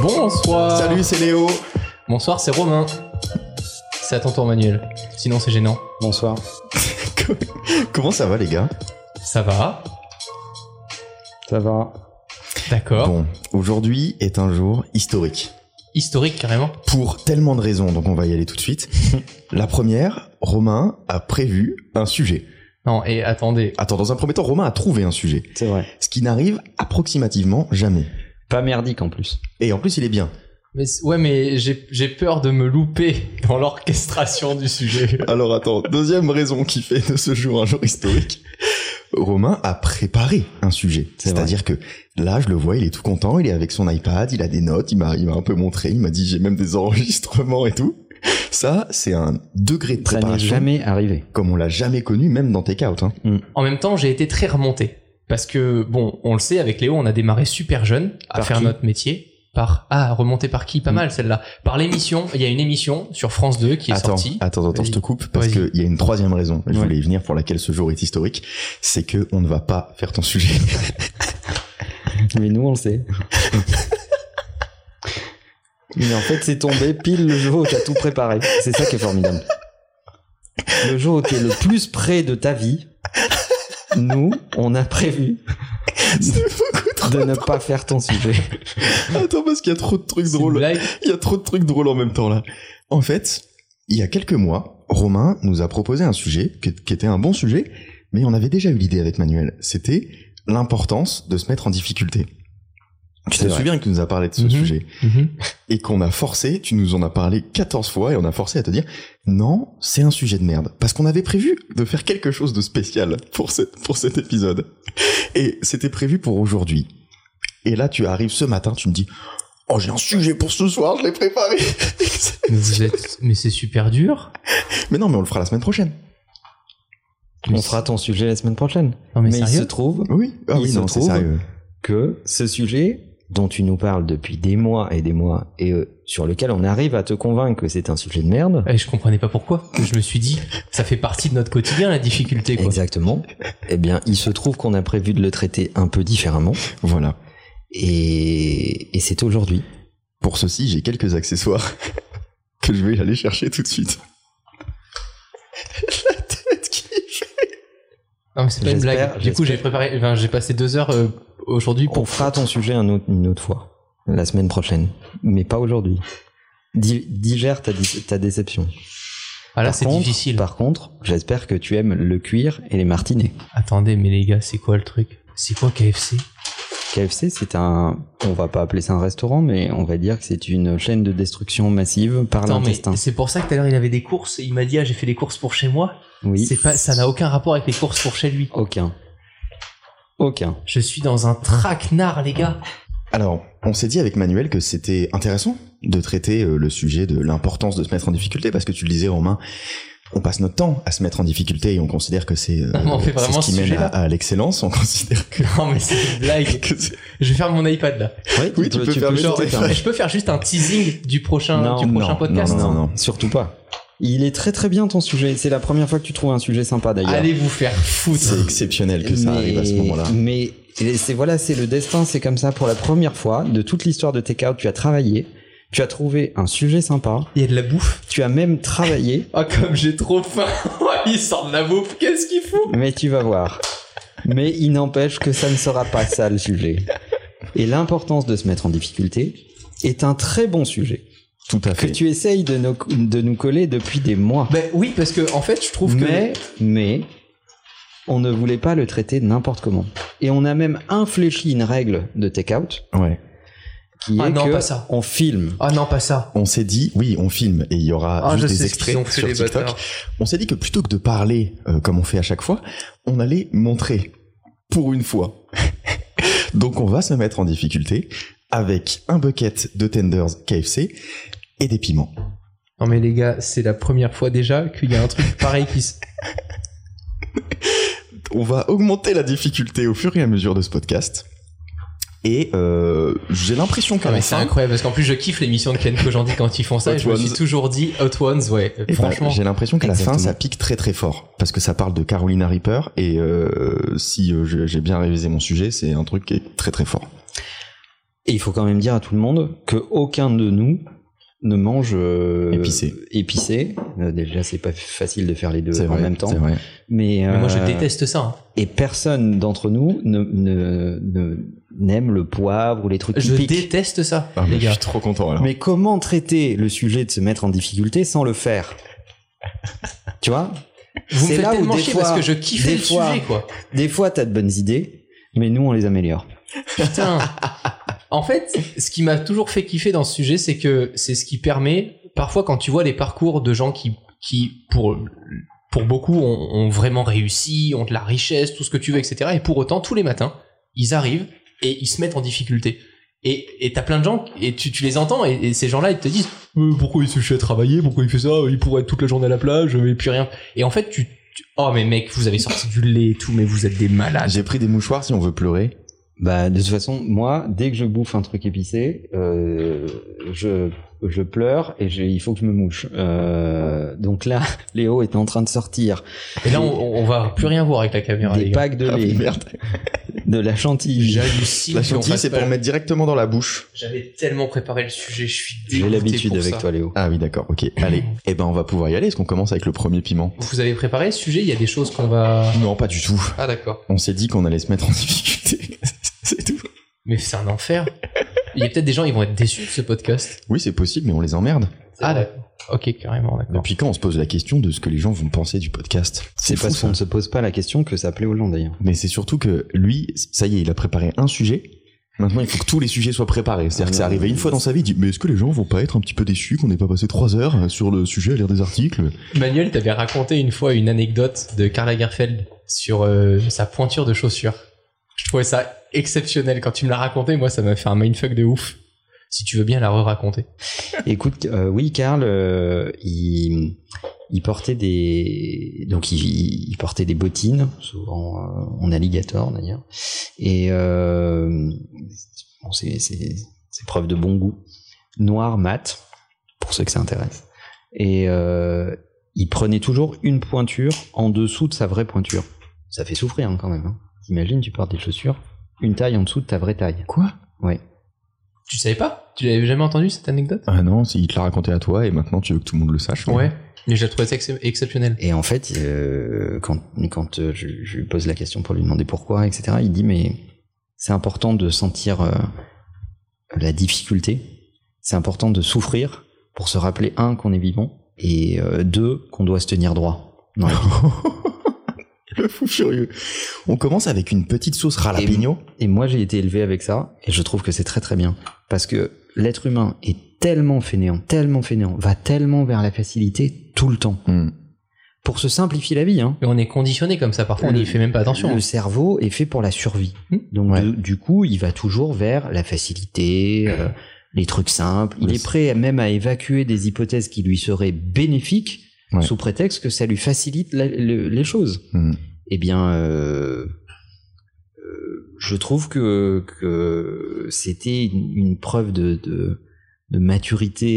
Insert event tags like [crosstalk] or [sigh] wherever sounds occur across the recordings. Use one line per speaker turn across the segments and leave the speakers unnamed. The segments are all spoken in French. Bonsoir.
Salut, c'est Léo.
Bonsoir, c'est Romain. C'est à ton tour, Manuel. Sinon, c'est gênant.
Bonsoir.
Comment ça va, les gars
Ça va
Ça va
D'accord.
Bon, aujourd'hui est un jour historique.
Historique, carrément.
Pour tellement de raisons, donc on va y aller tout de [laughs] suite. La première, Romain a prévu un sujet.
Non, et attendez.
Attends, dans un premier temps, Romain a trouvé un sujet.
C'est vrai.
Ce qui n'arrive approximativement jamais.
Pas merdique en plus.
Et en plus, il est bien.
Mais c- ouais, mais j'ai j'ai peur de me louper [laughs] dans l'orchestration du sujet.
Alors attends, deuxième raison qui fait de ce jour un jour historique. Romain a préparé un sujet.
C'est vrai.
C'est-à-dire que là, je le vois, il est tout content, il est avec son iPad, il a des notes, il m'a il m'a un peu montré, il m'a dit j'ai même des [laughs] enregistrements et tout. Ça, c'est un degré de
Ça n'est
préparation
jamais arrivé.
comme on l'a jamais connu, même dans Take Out. Hein.
En même temps, j'ai été très remonté. Parce que, bon, on le sait, avec Léo, on a démarré super jeune à
Par
faire
qui
notre métier. Par, ah, remonté par qui Pas
Mm.
mal, celle-là. Par l'émission. Il y a une émission sur France 2 qui est
attends,
sortie.
Ah,
attends, attends,
Vas-y.
je te coupe parce
Vas-y.
qu'il y a une troisième raison. Je
Ouais.
voulais y venir pour laquelle ce jour est historique, c'est que on ne va pas faire ton sujet. [laughs]
Mais nous, on le [laughs] sait. Mais en fait, c'est tombé pile le jour où t'as tout préparé. C'est ça qui est formidable. Le jour où t'es le plus près de ta vie, nous, on a prévu
C'est beaucoup trop.
de ne pas faire ton sujet.
Attends, parce qu'il y a trop de trucs
C'est une
drôles.
blague.
Il y a trop de trucs drôles en même temps là. En fait, il y a quelques mois, Romain nous a proposé un sujet que- qui était un bon sujet, mais on avait déjà eu l'idée avec Manuel. C'était l'importance de se mettre en difficulté. Tu
C'est
te
vrai.
souviens que tu nous as parlé de ce
Mhm.
sujet
Mhm.
et qu'on a forcé, tu nous en as parlé 14 fois et on a forcé à te dire non, c'est un sujet de merde parce qu'on avait prévu de faire quelque chose de spécial pour cette pour cet épisode. Et c'était prévu pour aujourd'hui. Et là tu arrives ce matin, tu me dis "Oh, j'ai un sujet pour ce soir, je l'ai préparé." [laughs]
Mais vous êtes, mais c'est super dur.
mais non, mais on le fera la semaine prochaine.
On fera ton sujet la semaine prochaine.
Non, mais,
Mais, il se
sérieux.
trouve
Oui, ah
Il
oui,
se
non, c'est
trouve.
sérieux.
que ce sujet dont tu nous parles depuis des mois et des mois et euh, sur lequel on arrive à te convaincre que c'est un sujet de merde,
Et je comprenais pas pourquoi. Je me suis dit, ça fait partie de notre quotidien, la difficulté, quoi.
Exactement. Eh bien, il se trouve qu'on a prévu de le traiter un peu différemment.
Voilà.
Et, et c'est aujourd'hui.
Pour ceci, j'ai quelques accessoires [laughs] que je vais aller chercher tout de suite. [laughs] La tête qui
Non, mais c'est pas une
J'espère,
blague. Du coup, j'ai
j'espère.
préparé, enfin, j'ai passé deux heures euh, aujourd'hui
On
pour.
fera ton sujet un autre- une autre fois. La semaine prochaine. Mais pas aujourd'hui. Di- Digère ta, dis- ta déception.
Ah là,
Oh, Par
c'est
contre- bah.
difficile.
Par contre, j'espère que tu aimes le cuir et les martinets.
Attendez, mais les gars, c'est quoi le truc C'est quoi KFC
KFC, c'est un. On va pas appeler ça un restaurant, mais on va dire que c'est une chaîne de destruction massive par
Attends, mais
l'intestin.
c'est pour ça que tout à l'heure il avait des courses et il m'a dit ah j'ai fait des courses pour chez moi.
Oui.
C'est pas, ça n'a aucun rapport avec les courses pour chez lui.
Aucun. Aucun.
Je suis dans un traquenard les gars. [laughs]
Alors, on s'est dit avec Manuel que c'était intéressant de traiter euh, le sujet de l'importance de se mettre en difficulté, parce que tu le disais, Romain, on passe notre temps à se mettre en difficulté et on considère que c'est euh,
Non, mais [laughs] on fait
c'est
vraiment
ce qui
ce
mène à,
sujet-là
à l'excellence. On considère que,
Non mais c'est une
[laughs]
blague.
que c'est-
Je vais faire mon iPad là.
Oui, tu peux faire
Ah,
le
Genre,
Ouais, ouais.
je peux faire juste un teasing du prochain,
Non,
du prochain
non,
podcast.
non, non, non.
Surtout pas. Il est très très bien ton sujet. C'est la première fois que tu trouves un sujet sympa d'ailleurs.
Allez vous faire foutre.
c'est exceptionnel que ça
Mais-
arrive à ce moment-là.
Mais c'est voilà, c'est le destin, c'est comme ça. Pour la première fois de toute l'histoire de Take Out, tu as travaillé, tu as trouvé un sujet sympa,
Il y a de la bouffe.
tu as même travaillé.
Ah comme j'ai trop faim. [laughs] il sort de la bouffe. Qu'est-ce qu'il fout
mais tu vas voir. Mais il n'empêche que ça ne sera pas ça le sujet. Et l'importance de se mettre en difficulté est un très bon sujet
Tout à
que
fait.
tu essayes de nous, de nous coller depuis des mois.
Ben oui parce que en fait je trouve que.
mais, mais, on ne voulait pas le traiter n'importe comment. Et on a même infléchi une règle de take-out
Ouais.
qui
Ah
est
non,
que
pas ça.
on filme.
Ah non pas ça.
On s'est dit, oui, on filme et il y aura
Ah
juste des
je sais ce
extraits
qu'ils ont fait
sur
les
TikTok.
bâtards.
On s'est dit que plutôt que de parler euh, comme on fait à chaque fois, on allait montrer pour une fois. [laughs] Donc on va se mettre en difficulté avec un bucket de tenders KFC et des piments.
Non mais les gars, c'est la première fois déjà qu'il y a un truc [laughs] pareil qui se...
On va augmenter la difficulté au fur et à mesure de ce podcast. Et euh, j'ai l'impression qu'à
Ah, mais
la
c'est
fin,
incroyable parce qu'en plus je kiffe l'émission de Ken Kojandi quand ils font ça et
Hot
je me suis
Ones.
toujours dit Hot Ones ouais
et ben,
franchement
j'ai l'impression qu'à la fin,
Exactement.
ça pique très très fort parce que ça parle de Carolina Reaper et euh, si euh, je- j'ai bien révisé mon sujet, c'est un truc qui est très très fort.
Et il faut quand même dire à tout le monde que aucun de nous ne mange euh,
Épicé.
épicé. Euh, Déjà, c'est pas facile de faire les deux
C'est
en
vrai,
même temps.
c'est vrai.
Mais,
Mais moi, je
euh,
déteste ça. hein.
Et personne d'entre nous ne ne- ne- n'aime le poivre ou les trucs
Je
qui piquent.
déteste ça,
Ah, mais
les
je
gars.
suis trop content alors.
Mais comment traiter le sujet de se mettre en difficulté sans
[laughs]
le faire Tu vois
Vous me
c'est
faites
là où
tellement
des
chier
fois-
parce que je kiffe
des
le
fois-
sujet, quoi.
Des fois, t'as de bonnes idées, mais nous, on les améliore.
Putain. en fait, ce qui m'a toujours fait kiffer dans ce sujet, c'est que c'est ce qui permet, parfois quand tu vois les parcours de gens qui, qui pour, pour beaucoup, ont, ont vraiment réussi, ont de la richesse, tout ce que tu veux, etc. Et pour autant, tous les matins, ils arrivent et ils se mettent en difficulté. Et et t'as plein de gens, et tu, tu les entends, et, et ces gens-là, ils te disent Euh, Pourquoi il se fait à travailler Pourquoi il fait ça Il pourrait être toute la journée à la plage, et puis rien. » Et en fait, tu... tu- Oh mais mec, vous avez sorti du lait et tout, mais vous êtes des malades.
J'ai pris des mouchoirs si on veut pleurer.
Bah, de toute façon, moi, dès que je bouffe un truc épicé, euh, je, je pleure et j'ai- il faut que je me mouche. Euh, donc là, [laughs] Léo est en train de sortir
Et là, on, on va plus rien voir avec la caméra. les
des
gars.
packs de
Ah,
lait,
merde.
de la chantilly.
J'hallucine.
La
qu'on
chantilly,
fasse
c'est
pas-
pour mettre directement dans la bouche.
J'avais tellement préparé le sujet, je suis dégoûté
J'ai l'habitude
pour
avec
ça.
toi, Léo.
Ah oui, d'accord, ok. Allez, eh ben on va pouvoir y aller. Est-ce qu'on commence avec le premier piment
Vous avez préparé le sujet Il y a des choses qu'on va.
Non, pas du tout.
Ah d'accord.
On s'est dit qu'on allait se mettre en [laughs] difficulté. c'est tout.
Mais c'est un enfer. Il y a peut-être des gens, ils vont être déçus de ce podcast.
Oui, c'est possible, mais on les emmerde.
Ah d'accord. Ok, carrément, d'accord.
Depuis quand on se pose la question de ce que les gens vont penser du podcast
C'est
fou,
parce qu'on
ça.
ne se pose pas la question que ça plaît aux gens, d'ailleurs.
Mais c'est surtout que lui, ça y est, il a préparé un sujet. Maintenant, il faut que tous les sujets soient préparés. C'est-à-dire que c'est arrivé une fois dans sa vie, il dit Mais est-ce que les gens vont pas être un petit peu déçus qu'on n'ait pas passé trois heures sur le sujet à lire des articles
Manuel, t'avais raconté une fois une anecdote de Karl Lagerfeld sur euh, sa pointure de chaussure. Je trouvais ça exceptionnel. Quand tu me l'as raconté, moi, ça m'a fait un mindfuck de ouf. Si tu veux bien la re-raconter.
Écoute, euh, oui, Karl, euh, il, il portait des donc il, il portait des bottines, souvent euh, en alligator d'ailleurs, et euh, bon, c'est c'est- c'est preuve de bon goût, noir mat pour ceux que ça intéresse, et euh, il prenait toujours une pointure en dessous de sa vraie pointure. Ça fait souffrir hein, quand même. Hein. T'imagines, tu portes des chaussures, une taille en dessous de ta vraie taille.
Quoi
Ouais.
Tu savais pas Tu l'avais jamais entendu cette anecdote
Ah non, il te l'a raconté à toi et maintenant tu veux que tout le monde le sache. mais-
Ouais. Mais je la trouvais ex- exceptionnelle.
Et en fait, euh, quand, quand euh, je, je lui pose la question pour lui demander pourquoi, etc., il dit mais c'est important de sentir euh, la difficulté, c'est important de souffrir pour se rappeler, un, qu'on est vivant, et euh, deux, qu'on doit se tenir droit. dans la vie.
le [laughs] fou furieux. On commence avec une petite sauce jalapeno.
Et moi, j'ai été élevé avec ça, et je trouve que c'est très très bien. Parce que l'être humain est tellement fainéant, tellement fainéant, va tellement vers la facilité tout le temps.
Hmm.
Pour se simplifier la vie, hein.
Mais on est conditionné comme ça, parfois on n'y
Le-
fait même pas attention. hein.
Le cerveau est fait pour la survie.
Hmm.
Donc
Ouais.
du, du coup, il va toujours vers la facilité, euh, les trucs simples. Il
Oui,
est prêt à- même à évacuer des hypothèses qui lui seraient bénéfiques
Ouais.
sous prétexte que ça lui facilite la- le- les choses.
Hmm.
Eh bien, euh, euh, je trouve que, que c'était une, une preuve de, de- de maturité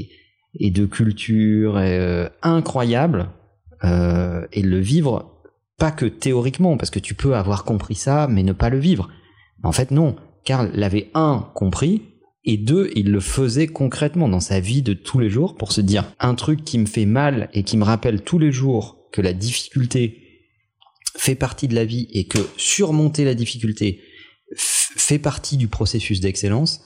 et, et de culture euh, incroyable euh, et de le vivre pas que théoriquement, parce que tu peux avoir compris ça, mais ne pas le vivre. En fait, non. Karl l'avait, un, compris, et deux, il le faisait concrètement dans sa vie de tous les jours pour se dire un truc qui me fait mal et qui me rappelle tous les jours que la difficulté fait partie de la vie et que surmonter la difficulté f- fait partie du processus d'excellence,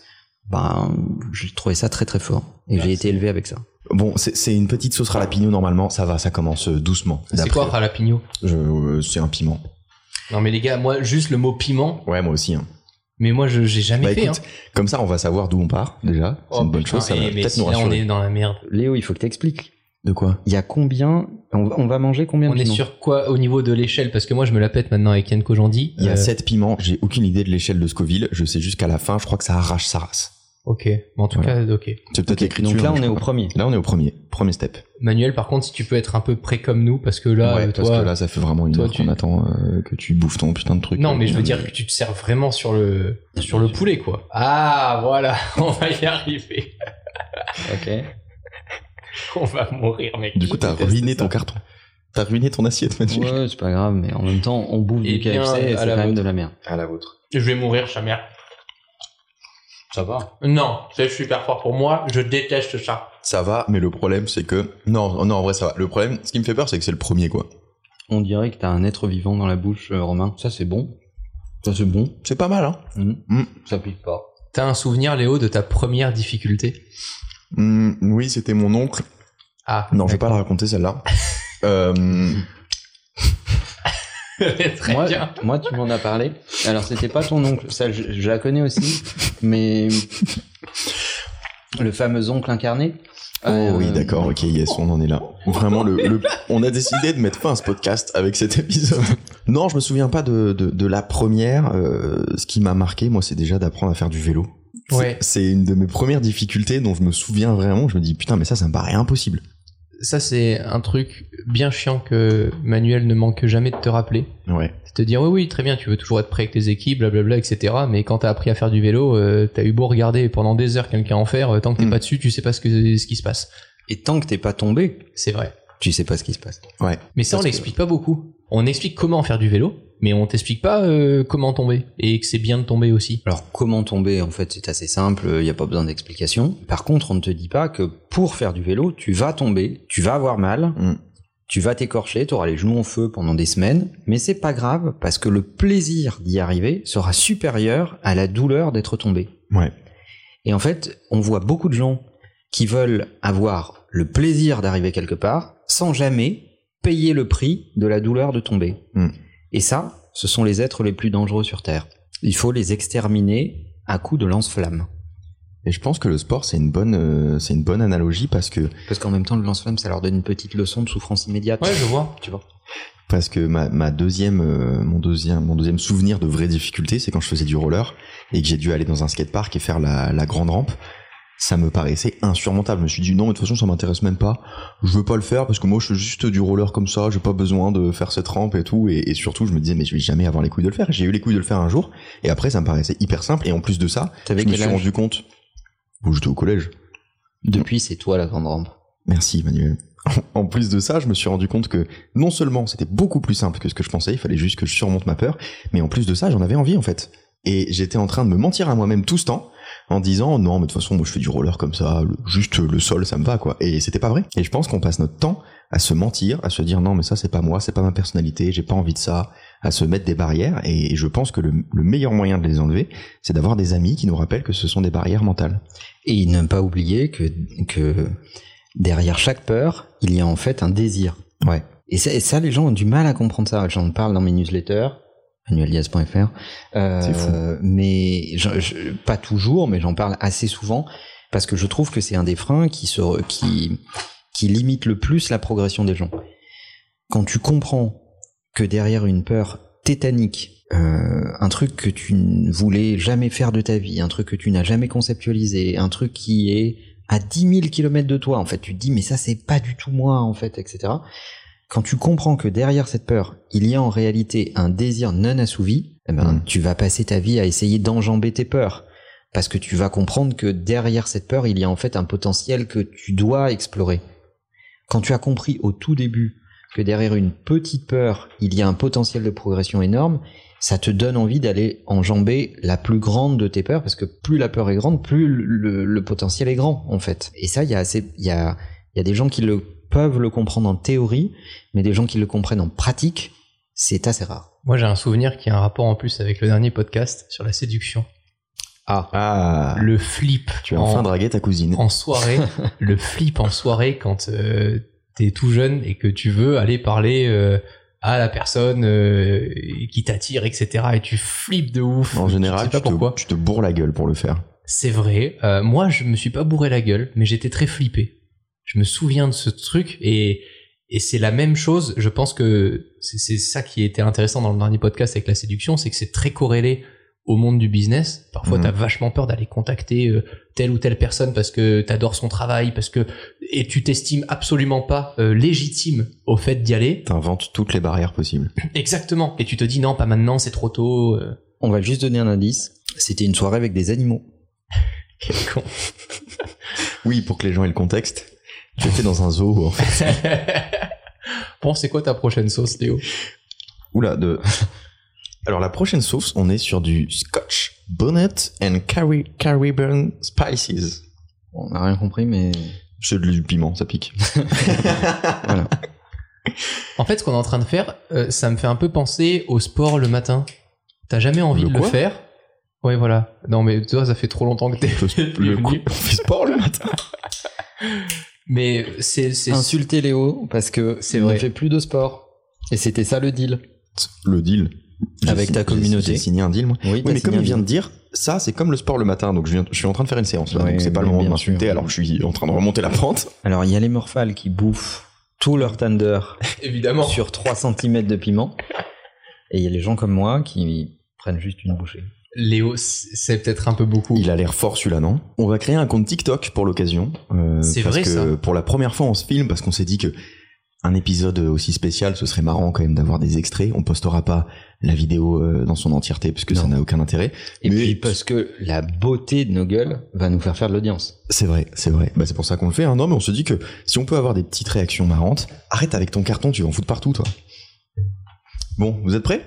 ben, j'ai trouvé ça très très fort. Et j'ai été élevé avec ça.
Bon, c'est c'est une petite sauce jalapeno normalement, ça va, ça commence euh, doucement.
C'est
D'après-
quoi jalapeno
Je- euh, C'est un piment.
Non mais les gars, moi juste le mot piment,
Ouais, moi aussi. hein.
mais moi je j'ai jamais
Bah
fait.
écoute, comme ça on va savoir d'où on part déjà.
hein.
C'est une bonne
putain,
chose, ça va
eh, mais
peut-être
si
nous
là on
rassurer.
est dans la merde.
Léo, il faut que t'expliques.
De quoi
Il y a combien, on, on va manger combien
On
de
est
piments
sur quoi au niveau de l'échelle Parce que moi je me la pète maintenant avec Yann Kojandi.
Il y a
Euh,
7 piments, j'ai aucune idée de l'échelle de Scoville, je sais jusqu'à la fin, je crois que ça arrache sa race.
Ok, mais en tout
Voilà.
cas ok.
C'est peut-être
Ok,
écrit hein,
Donc là, on est au premier.
Là on est au premier, premier step.
Manuel par contre si tu peux être un peu près comme nous parce que là
ouais,
euh,
parce
toi-
que là ça fait vraiment une
toi,
heure
tu-
qu'on attend euh, que tu bouffes ton putain de truc.
non mais je veux
Euh,
dire que tu te sers vraiment sur le
Bien
sur le
sûr.
poulet quoi. Ah voilà, [laughs] on va y arriver.
Ok.
On va mourir mec.
Du
Je
coup t'as
déteste
ruiné
ça.
ton carton. T'as ruiné ton assiette Mathieu.
Ouais, c'est pas grave, mais en même temps, on bouffe
Et Eh
du
bien,
KFC et
à
c'est
la
quand même
vôtre.
de la merde.
À la vôtre.
Je vais mourir, sa mère.
Ça va.
Non, c'est super fort pour moi, je déteste ça.
Ça va, mais le problème, c'est que. Non, non, en vrai, ça va. Le problème, ce qui me fait peur, c'est que c'est le premier, quoi.
On dirait que t'as un être vivant dans la bouche, euh, Romain. Ça, c'est bon. Ça, c'est bon.
C'est pas mal, hein.
Mhm.
Mhm.
Ça pique pas.
T'as un souvenir, Léo, de ta première difficulté
Hmm, oui, c'était mon oncle.
Ah,
Non, je vais pas la raconter, celle-là. Euh,
[laughs] [laughs] Très
moi,
bien.
moi, tu m'en as parlé. Alors, c'était pas ton oncle. Ça, je, je la connais aussi. mais le fameux oncle incarné.
Oh
Euh,
oui, d'accord, ok, yes, on en est là. Vraiment, le, le- on a décidé de mettre fin à ce podcast avec cet épisode. Non, je me souviens pas de, de, de la première. euh, ce qui m'a marqué, moi, c'est déjà d'apprendre à faire du vélo. C'est-
Ouais.
C'est une de mes premières difficultés dont je me souviens vraiment. Je me dis, putain, mais ça, ça me paraît impossible.
Ça, c'est un truc bien chiant que Manuel ne manque jamais de te rappeler.
Ouais.
C'est te dire, oui, oui, très bien, tu veux toujours être prêt avec tes équipes, blablabla, etc. Mais quand t'as appris à faire du vélo, euh, t'as eu beau regarder pendant des heures quelqu'un en faire, euh, tant que t'es
Mm.
pas dessus, tu sais pas ce, que, ce qui se passe.
Et tant que t'es pas tombé,
C'est vrai.
tu sais pas ce qui se passe.
Ouais.
Mais ça,
Parce
on
que-
l'explique pas beaucoup. On explique comment faire du vélo, mais on t'explique pas euh, comment tomber. Et que c'est bien de tomber aussi.
Alors comment tomber En fait, c'est assez simple, il n'y a pas besoin d'explication. Par contre, on ne te dit pas que pour faire du vélo, tu vas tomber, tu vas avoir mal,
Mm.
tu vas t'écorcher, tu auras les genoux en feu pendant des semaines, mais c'est pas grave parce que le plaisir d'y arriver sera supérieur à la douleur d'être tombé.
Ouais.
Et en fait, on voit beaucoup de gens qui veulent avoir le plaisir d'arriver quelque part sans jamais payer le prix de la douleur de tomber.
Mm.
Et ça, ce sont les êtres les plus dangereux sur Terre. Il faut les exterminer à coups de lance-flamme.
Et je pense que le sport, c'est une bonne, euh, c'est une bonne analogie parce que,
Parce qu'en même temps, le lance-flamme, ça leur donne une petite leçon de souffrance immédiate.
Ouais, je vois.
Tu vois.
parce que ma, ma deuxième, euh, mon deuxième, mon deuxième souvenir de vraie difficulté, c'est quand je faisais du roller et que j'ai dû aller dans un skatepark et faire la, la grande rampe. Ça me paraissait insurmontable. Je me suis dit non, mais de toute façon, ça m'intéresse même pas. Je veux pas le faire parce que moi, je suis juste du roller comme ça. J'ai pas besoin de faire cette rampe et tout. Et, et surtout, je me disais mais je vais jamais avoir les couilles de le faire. J'ai eu les couilles de le faire un jour. Et après, ça me paraissait hyper simple. Et en plus de ça,
T'avais
je me
quel
suis
âge
rendu compte. Bon, j'étais au collège.
Depuis, c'est toi la grande rampe.
Merci Manuel. En plus de ça, je me suis rendu compte que non seulement c'était beaucoup plus simple que ce que je pensais, il fallait juste que je surmonte ma peur, mais en plus de ça, j'en avais envie en fait. Et j'étais en train de me mentir à moi-même tout ce temps en disant non, mais de toute façon, moi je fais du roller comme ça, le- juste le sol, ça me va quoi. Et c'était pas vrai. Et je pense qu'on passe notre temps à se mentir, à se dire non, mais ça c'est pas moi, c'est pas ma personnalité, j'ai pas envie de ça, à se mettre des barrières. Et je pense que le, le meilleur moyen de les enlever, c'est d'avoir des amis qui nous rappellent que ce sont des barrières mentales.
Et ne pas oublier que, que derrière chaque peur, il y a en fait un désir.
Ouais.
Et ça, et ça, les gens ont du mal à comprendre ça. J'en parle dans mes newsletters, manueldiaz.fr. Euh,
C'est fou.
Mais je- je- pas toujours, mais j'en parle assez souvent parce que je trouve que c'est un des freins qui, se, re- qui, qui limite le plus la progression des gens. Quand tu comprends que derrière une peur tétanique, euh, un truc que tu ne voulais jamais faire de ta vie, un truc que tu n'as jamais conceptualisé, un truc qui est à 10 000 km de toi, en fait, tu te dis, mais ça, c'est pas du tout moi, en fait, etc. Quand tu comprends que derrière cette peur, il y a en réalité un désir non assouvi, eh ben,
Mm.
tu vas passer ta vie à essayer d'enjamber tes peurs. Parce que tu vas comprendre que derrière cette peur, il y a en fait un potentiel que tu dois explorer. Quand tu as compris au tout début que derrière une petite peur, il y a un potentiel de progression énorme, ça te donne envie d'aller enjamber la plus grande de tes peurs, parce que plus la peur est grande, plus le, le- le potentiel est grand, en fait. Et ça, il y a assez, il y a, il y a des gens qui le peuvent le comprendre en théorie, mais des gens qui le comprennent en pratique, c'est assez rare.
Moi, j'ai un souvenir qui a un rapport en plus avec le dernier podcast sur la séduction.
Ah,
Ah,
Le flip.
tu as
en-
enfin dragué ta cousine. [laughs]
en soirée, le flip en soirée quand euh, t'es tout jeune et que tu veux aller parler euh, à la personne euh, qui t'attire, etc. Et tu flippes de ouf.
En
Tu
général,
sais
tu,
pas pourquoi.
te, tu te bourres la gueule pour le faire.
C'est vrai. Euh, moi, je me suis pas bourré la gueule, mais j'étais très flippé. Je me souviens de ce truc et et c'est la même chose. Je pense que c'est- c'est ça qui était intéressant dans le dernier podcast avec la séduction, c'est que c'est très corrélé au monde du business. Parfois,
Mhm.
t'as vachement peur d'aller contacter euh, telle ou telle personne parce que t'adores son travail, parce que et tu t'estimes absolument pas euh, légitime au fait d'y aller.
T'inventes toutes les barrières possibles.
Exactement. Et tu te dis non, pas maintenant, c'est trop tôt. euh, [laughs]
on va juste donner un indice. C'était une soirée avec des animaux.
quel con.
Oui, pour que les gens aient le contexte, tu étais dans un zoo. en fait.
bon, c'est quoi ta prochaine sauce, Léo
[laughs] Oula, de. Alors la prochaine sauce, on est sur du scotch Bonnet and Carri Caribbean Spices.
On n'a rien compris, mais.
C'est du piment, ça [laughs] pique.
Voilà.
En fait, ce qu'on est en train de faire, euh, ça me fait un peu penser au sport le matin. T'as jamais envie
Le
de le
quoi
faire Ouais, voilà. Non, mais toi, ça fait trop longtemps que t'es [laughs]
Le,
t'es
le
venu.
coup, on fait sport le matin.
Mais c'est c'est-
Ah,
Insulter Léo parce que
C'est
il
vrai.
ne fait plus de sport. Et c'était ça le deal.
Le deal. J'ai
Avec ta
signé-
communauté.
J'ai signé un deal, moi.
Oui,
Oui, mais comme il vient de dire, ça, c'est comme le sport le matin. Donc, je, viens- je suis en train de faire une séance. Là,
Ouais,
donc, c'est pas le
bien
moment de
sûr.
m'insulter alors que je suis en train de remonter la pente.
Alors, il y a les Morphales qui bouffent tout leur Thunder
évidemment.
sur 3 cm de piment. Et il y a les gens comme moi qui prennent juste une bouchée.
Léo, c'est c'est peut-être un peu beaucoup.
Il a l'air fort celui-là, non On va créer un compte TikTok pour l'occasion. euh,
C'est
parce
vrai,
que
ça.
Pour la première fois, on se filme parce qu'on s'est dit que un épisode aussi spécial, ce serait marrant quand même d'avoir des extraits. On postera pas la vidéo euh, dans son entièreté parce que ça
Non.
n'a aucun intérêt.
Et
Mais-
puis parce que la beauté de nos gueules va nous faire faire de l'audience.
C'est vrai, c'est vrai. Bah, c'est pour ça qu'on le fait. hein. Non, mais on se dit que si on peut avoir des petites réactions marrantes, arrête avec ton carton, tu vas en foutre partout, toi. Bon, vous êtes prêts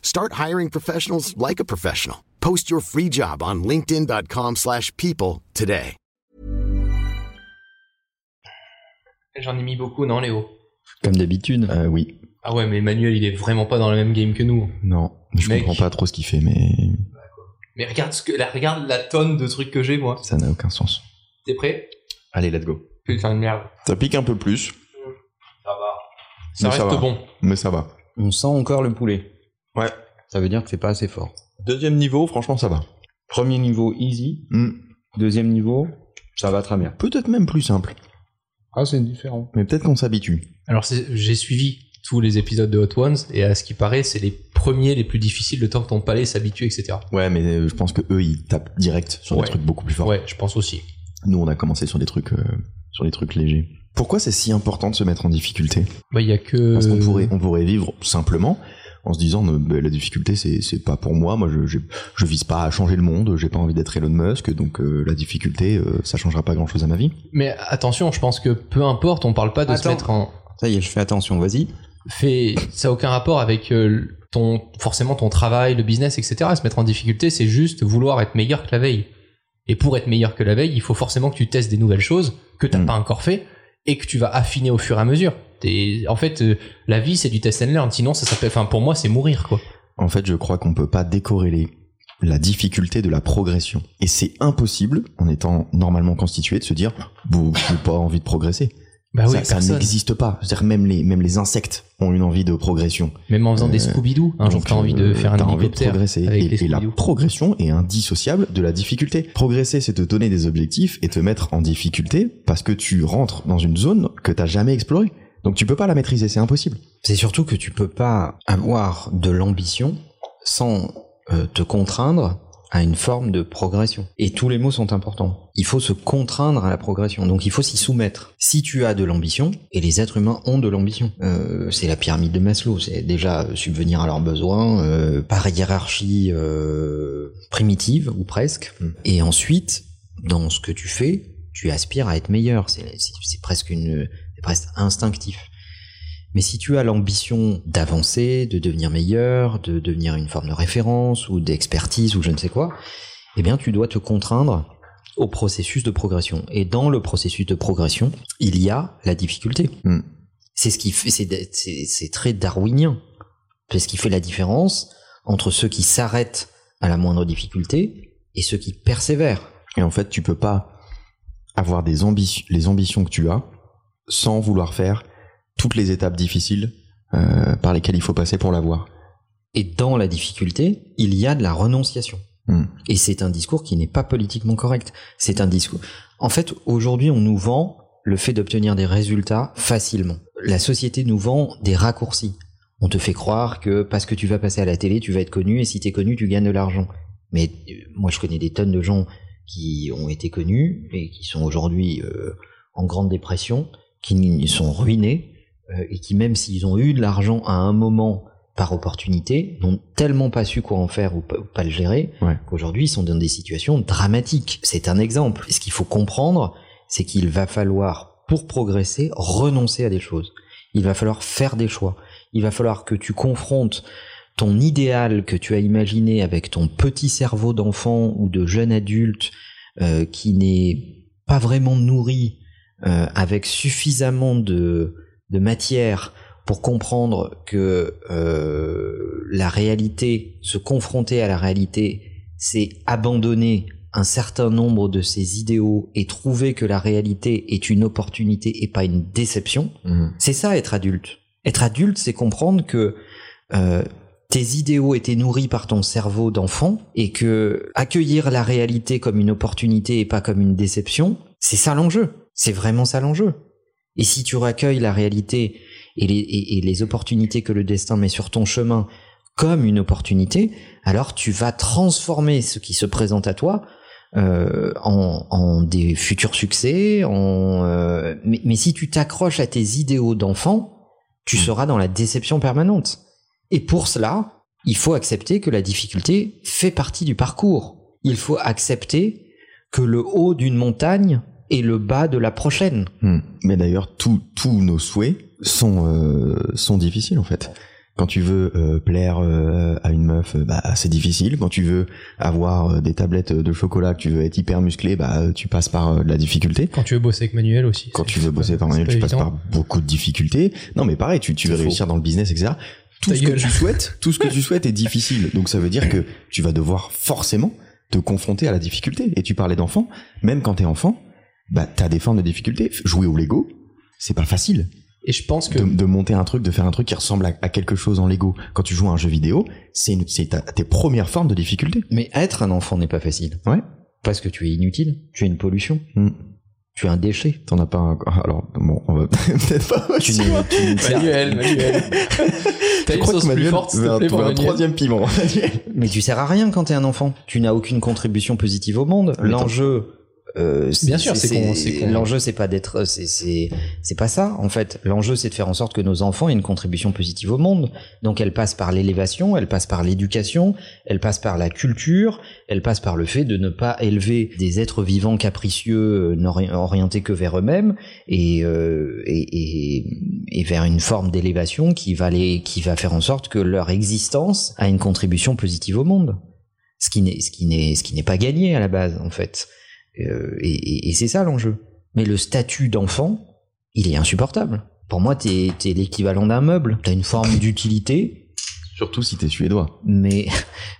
Start hiring professionals like a professional. Post your free job on linkedin.com/people slash people today.
J'en ai mis beaucoup, non, Léo
Comme d'habitude.
Euh, Oui.
Ah ouais, mais Manuel, il est vraiment pas dans le même game que nous.
Non. Je
Mec.
comprends pas trop ce qu'il fait, mais
Mais regarde, ce que, la, regarde la tonne de trucs que j'ai, moi.
ça n'a aucun sens.
T'es prêt
Allez, let's go.
Putain de merde.
Ça pique un peu plus,
Ça va. Ça
Mais ça
reste
va.
bon.
mais ça va.
On sent encore le poulet.
Ouais.
Ça veut dire que c'est pas assez fort.
Deuxième niveau, franchement, ça va.
Premier niveau, easy.
Hmm.
Deuxième niveau, ça va très bien.
Peut-être même plus simple,
Ah, c'est différent.
mais peut-être qu'on s'habitue.
Alors, c'est- j'ai suivi tous les épisodes de Hot Ones, et à ce qui paraît, c'est les premiers les plus difficiles, le temps que ton palais s'habitue, etc.
Ouais, mais euh, je pense que eux, ils tapent direct sur
Ouais.
des trucs beaucoup plus forts.
Ouais, je pense aussi.
Nous, on a commencé sur des trucs, euh, sur des trucs légers. Pourquoi c'est si important de se mettre en difficulté
Bah, il y a que.
Parce qu'on pourrait, on pourrait vivre simplement en se disant ne- bah, la difficulté c'est c'est pas pour moi, moi je, je, je vise pas à changer le monde, j'ai pas envie d'être Elon Musk, donc euh, la difficulté euh, ça changera pas grand chose à ma vie.
Mais attention, je pense que peu importe, on parle pas de se
Attends.
mettre en.
Ça y est, je fais attention, vas-y.
Fait, ça a aucun rapport avec euh, ton, forcément ton travail, le business, etc. Se mettre en difficulté, c'est juste vouloir être meilleur que la veille. Et pour être meilleur que la veille, il faut forcément que tu testes des nouvelles choses que t'as
Mm.
pas encore fait et que tu vas affiner au fur et à mesure. T'es- en fait, euh, la vie, c'est du test and learn. Sinon, ça s'appelle, enfin, pour moi, c'est mourir, quoi.
En fait, je crois qu'on peut pas décorréler la difficulté de la progression. Et c'est impossible, en étant normalement constitué, de se dire Bouh, j'ai pas envie de progresser.
Bah oui,
ça ça
personne.
n'existe pas. C'est-à-dire même les, même les insectes ont une envie de progression.
Même en faisant des
Euh,
Scooby-Doo, un jour,
Donc,
t'as envie de
euh,
faire un
t'as envie de
hélicoptère.
progresser.
avec
et,
les
et la
Scooby-Doo.
progression est indissociable de la difficulté. Progresser, c'est te donner des objectifs et te mettre en difficulté parce que tu rentres dans une zone que t'as jamais explorée. Donc tu peux pas la maîtriser, c'est impossible.
C'est surtout que tu peux pas avoir de l'ambition sans euh, te contraindre à une forme de progression. Et tous les mots sont importants. Il faut se contraindre à la progression, donc il faut s'y soumettre. Si tu as de l'ambition, et les êtres humains ont de l'ambition, euh, c'est la pyramide de Maslow, c'est déjà euh, subvenir à leurs besoins euh, par hiérarchie euh, primitive, ou presque.
Mm.
Et ensuite, dans ce que tu fais, tu aspires à être meilleur. C'est c'est- c'est presque, une- c'est presque instinctif. Mais si tu as l'ambition d'avancer, de devenir meilleur, de devenir une forme de référence ou d'expertise ou je ne sais quoi, eh bien tu dois te contraindre au processus de progression. Et dans le processus de progression, il y a la difficulté.
Hmm.
C'est ce qui fait, c'est, c'est- c'est très darwinien. C'est ce qui fait la différence entre ceux qui s'arrêtent à la moindre difficulté et ceux qui persévèrent.
Et en fait, tu peux pas avoir des ambitions, les ambitions que tu as sans vouloir faire toutes les étapes difficiles euh, par lesquelles il faut passer pour l'avoir.
Et dans la difficulté, il y a de la renonciation.
Hmm.
Et c'est un discours qui n'est pas politiquement correct. C'est un discours. En fait, aujourd'hui, on nous vend le fait d'obtenir des résultats facilement. La société nous vend des raccourcis. On te fait croire que parce que tu vas passer à la télé, tu vas être connu et si t'es connu, tu gagnes de l'argent. Mais euh, moi, je connais des tonnes de gens qui ont été connus et qui sont aujourd'hui euh, en grande dépression, qui n- sont ruinés euh, et qui, même s'ils ont eu de l'argent à un moment par opportunité, n'ont tellement pas su quoi en faire ou pas, ou pas le gérer
Ouais.
qu'aujourd'hui, ils sont dans des situations dramatiques. C'est un exemple. Et ce qu'il faut comprendre, c'est qu'il va falloir, pour progresser, renoncer à des choses. Il va falloir faire des choix. Il va falloir que tu confrontes ton idéal que tu as imaginé avec ton petit cerveau d'enfant ou de jeune adulte euh, qui n'est pas vraiment nourri euh, avec suffisamment de, de matière pour comprendre que euh, la réalité, se confronter à la réalité, c'est abandonner un certain nombre de ses idéaux et trouver que la réalité est une opportunité et pas une déception.
Mm.
C'est ça être adulte. Être adulte, c'est comprendre que euh, tes idéaux étaient nourris par ton cerveau d'enfant et que accueillir la réalité comme une opportunité et pas comme une déception, c'est ça l'enjeu. C'est vraiment ça l'enjeu. Et si tu recueilles la réalité et les, et- et les opportunités que le destin met sur ton chemin comme une opportunité, alors tu vas transformer ce qui se présente à toi euh, en, en des futurs succès. En, euh, mais, mais si tu t'accroches à tes idéaux d'enfant, tu
Hmm.
seras dans la déception permanente. Et pour cela, il faut accepter que la difficulté fait partie du parcours. Il faut accepter que le haut d'une montagne est le bas de la prochaine.
Hmm. Mais d'ailleurs, tous tous nos souhaits sont euh, sont difficiles en fait. Quand tu veux euh, plaire euh, à une meuf, euh, bah c'est difficile. Quand tu veux avoir euh, des tablettes de chocolat, que tu veux être hyper musclé, bah euh, tu passes par euh, de la difficulté.
Quand tu veux bosser avec Manuel aussi.
Quand
c'est-
tu veux
c'est
bosser
pas-
par manuel,
c'est
tu
pas
passes
évident.
par beaucoup de difficultés. Non, mais pareil, tu, tu veux
C'est
réussir dans le business, etc. Tout
Ta
ce que
[laughs] gueule.
tu souhaites, tout ce que tu souhaites est difficile. Donc ça veut dire que tu vas devoir forcément te confronter à la difficulté. Et tu parlais d'enfant, même quand t'es enfant, bah t'as des formes de difficulté. Jouer au Lego, c'est pas facile.
Et je pense que
De, de monter un truc, de faire un truc qui ressemble à, à quelque chose en Lego. Quand tu joues à un jeu vidéo, c'est une- c'est ta- tes premières formes de difficulté.
Mais être un enfant n'est pas facile.
Ouais.
Parce que tu es inutile, tu es une pollution,
Hmm.
tu es un déchet.
T'en as pas encore. Alors bon, on va [laughs] peut-être pas.
Tu n'es-
[laughs]
tu ne sers-
Manuel, Manuel. T'as
Je
Bah, une
crois que
sauce plus
Manuel
forte, s'il
veut
te
un-
plaît, pour
trouver un
Manuel.
troisième piment.
Mais tu sers à rien quand t'es un enfant. Tu n'as aucune contribution positive au monde.
Mais attends.
L'enjeu, euh, c'est-
Bien sûr, c'est qu'on- c'est qu'on-
l'enjeu, c'est pas d'être, c'est c'est c'est pas ça en fait. L'enjeu, c'est de faire en sorte que nos enfants aient une contribution positive au monde. Donc, elle passe par l'élévation, elle passe par l'éducation, elle passe par la culture, elle passe par le fait de ne pas élever des êtres vivants capricieux, euh, n'ori- orientés que vers eux-mêmes et, euh, et, et, et vers une forme d'élévation qui va les, qui va faire en sorte que leur existence a une contribution positive au monde. Ce qui n'est, ce qui n'est, ce qui n'est pas gagné à la base, en fait. Euh, et, et- et c'est ça l'enjeu. Mais le statut d'enfant, il est insupportable. Pour moi, t'es, t'es l'équivalent d'un meuble. T'as une forme [laughs] d'utilité,
Surtout si t'es suédois.
mais,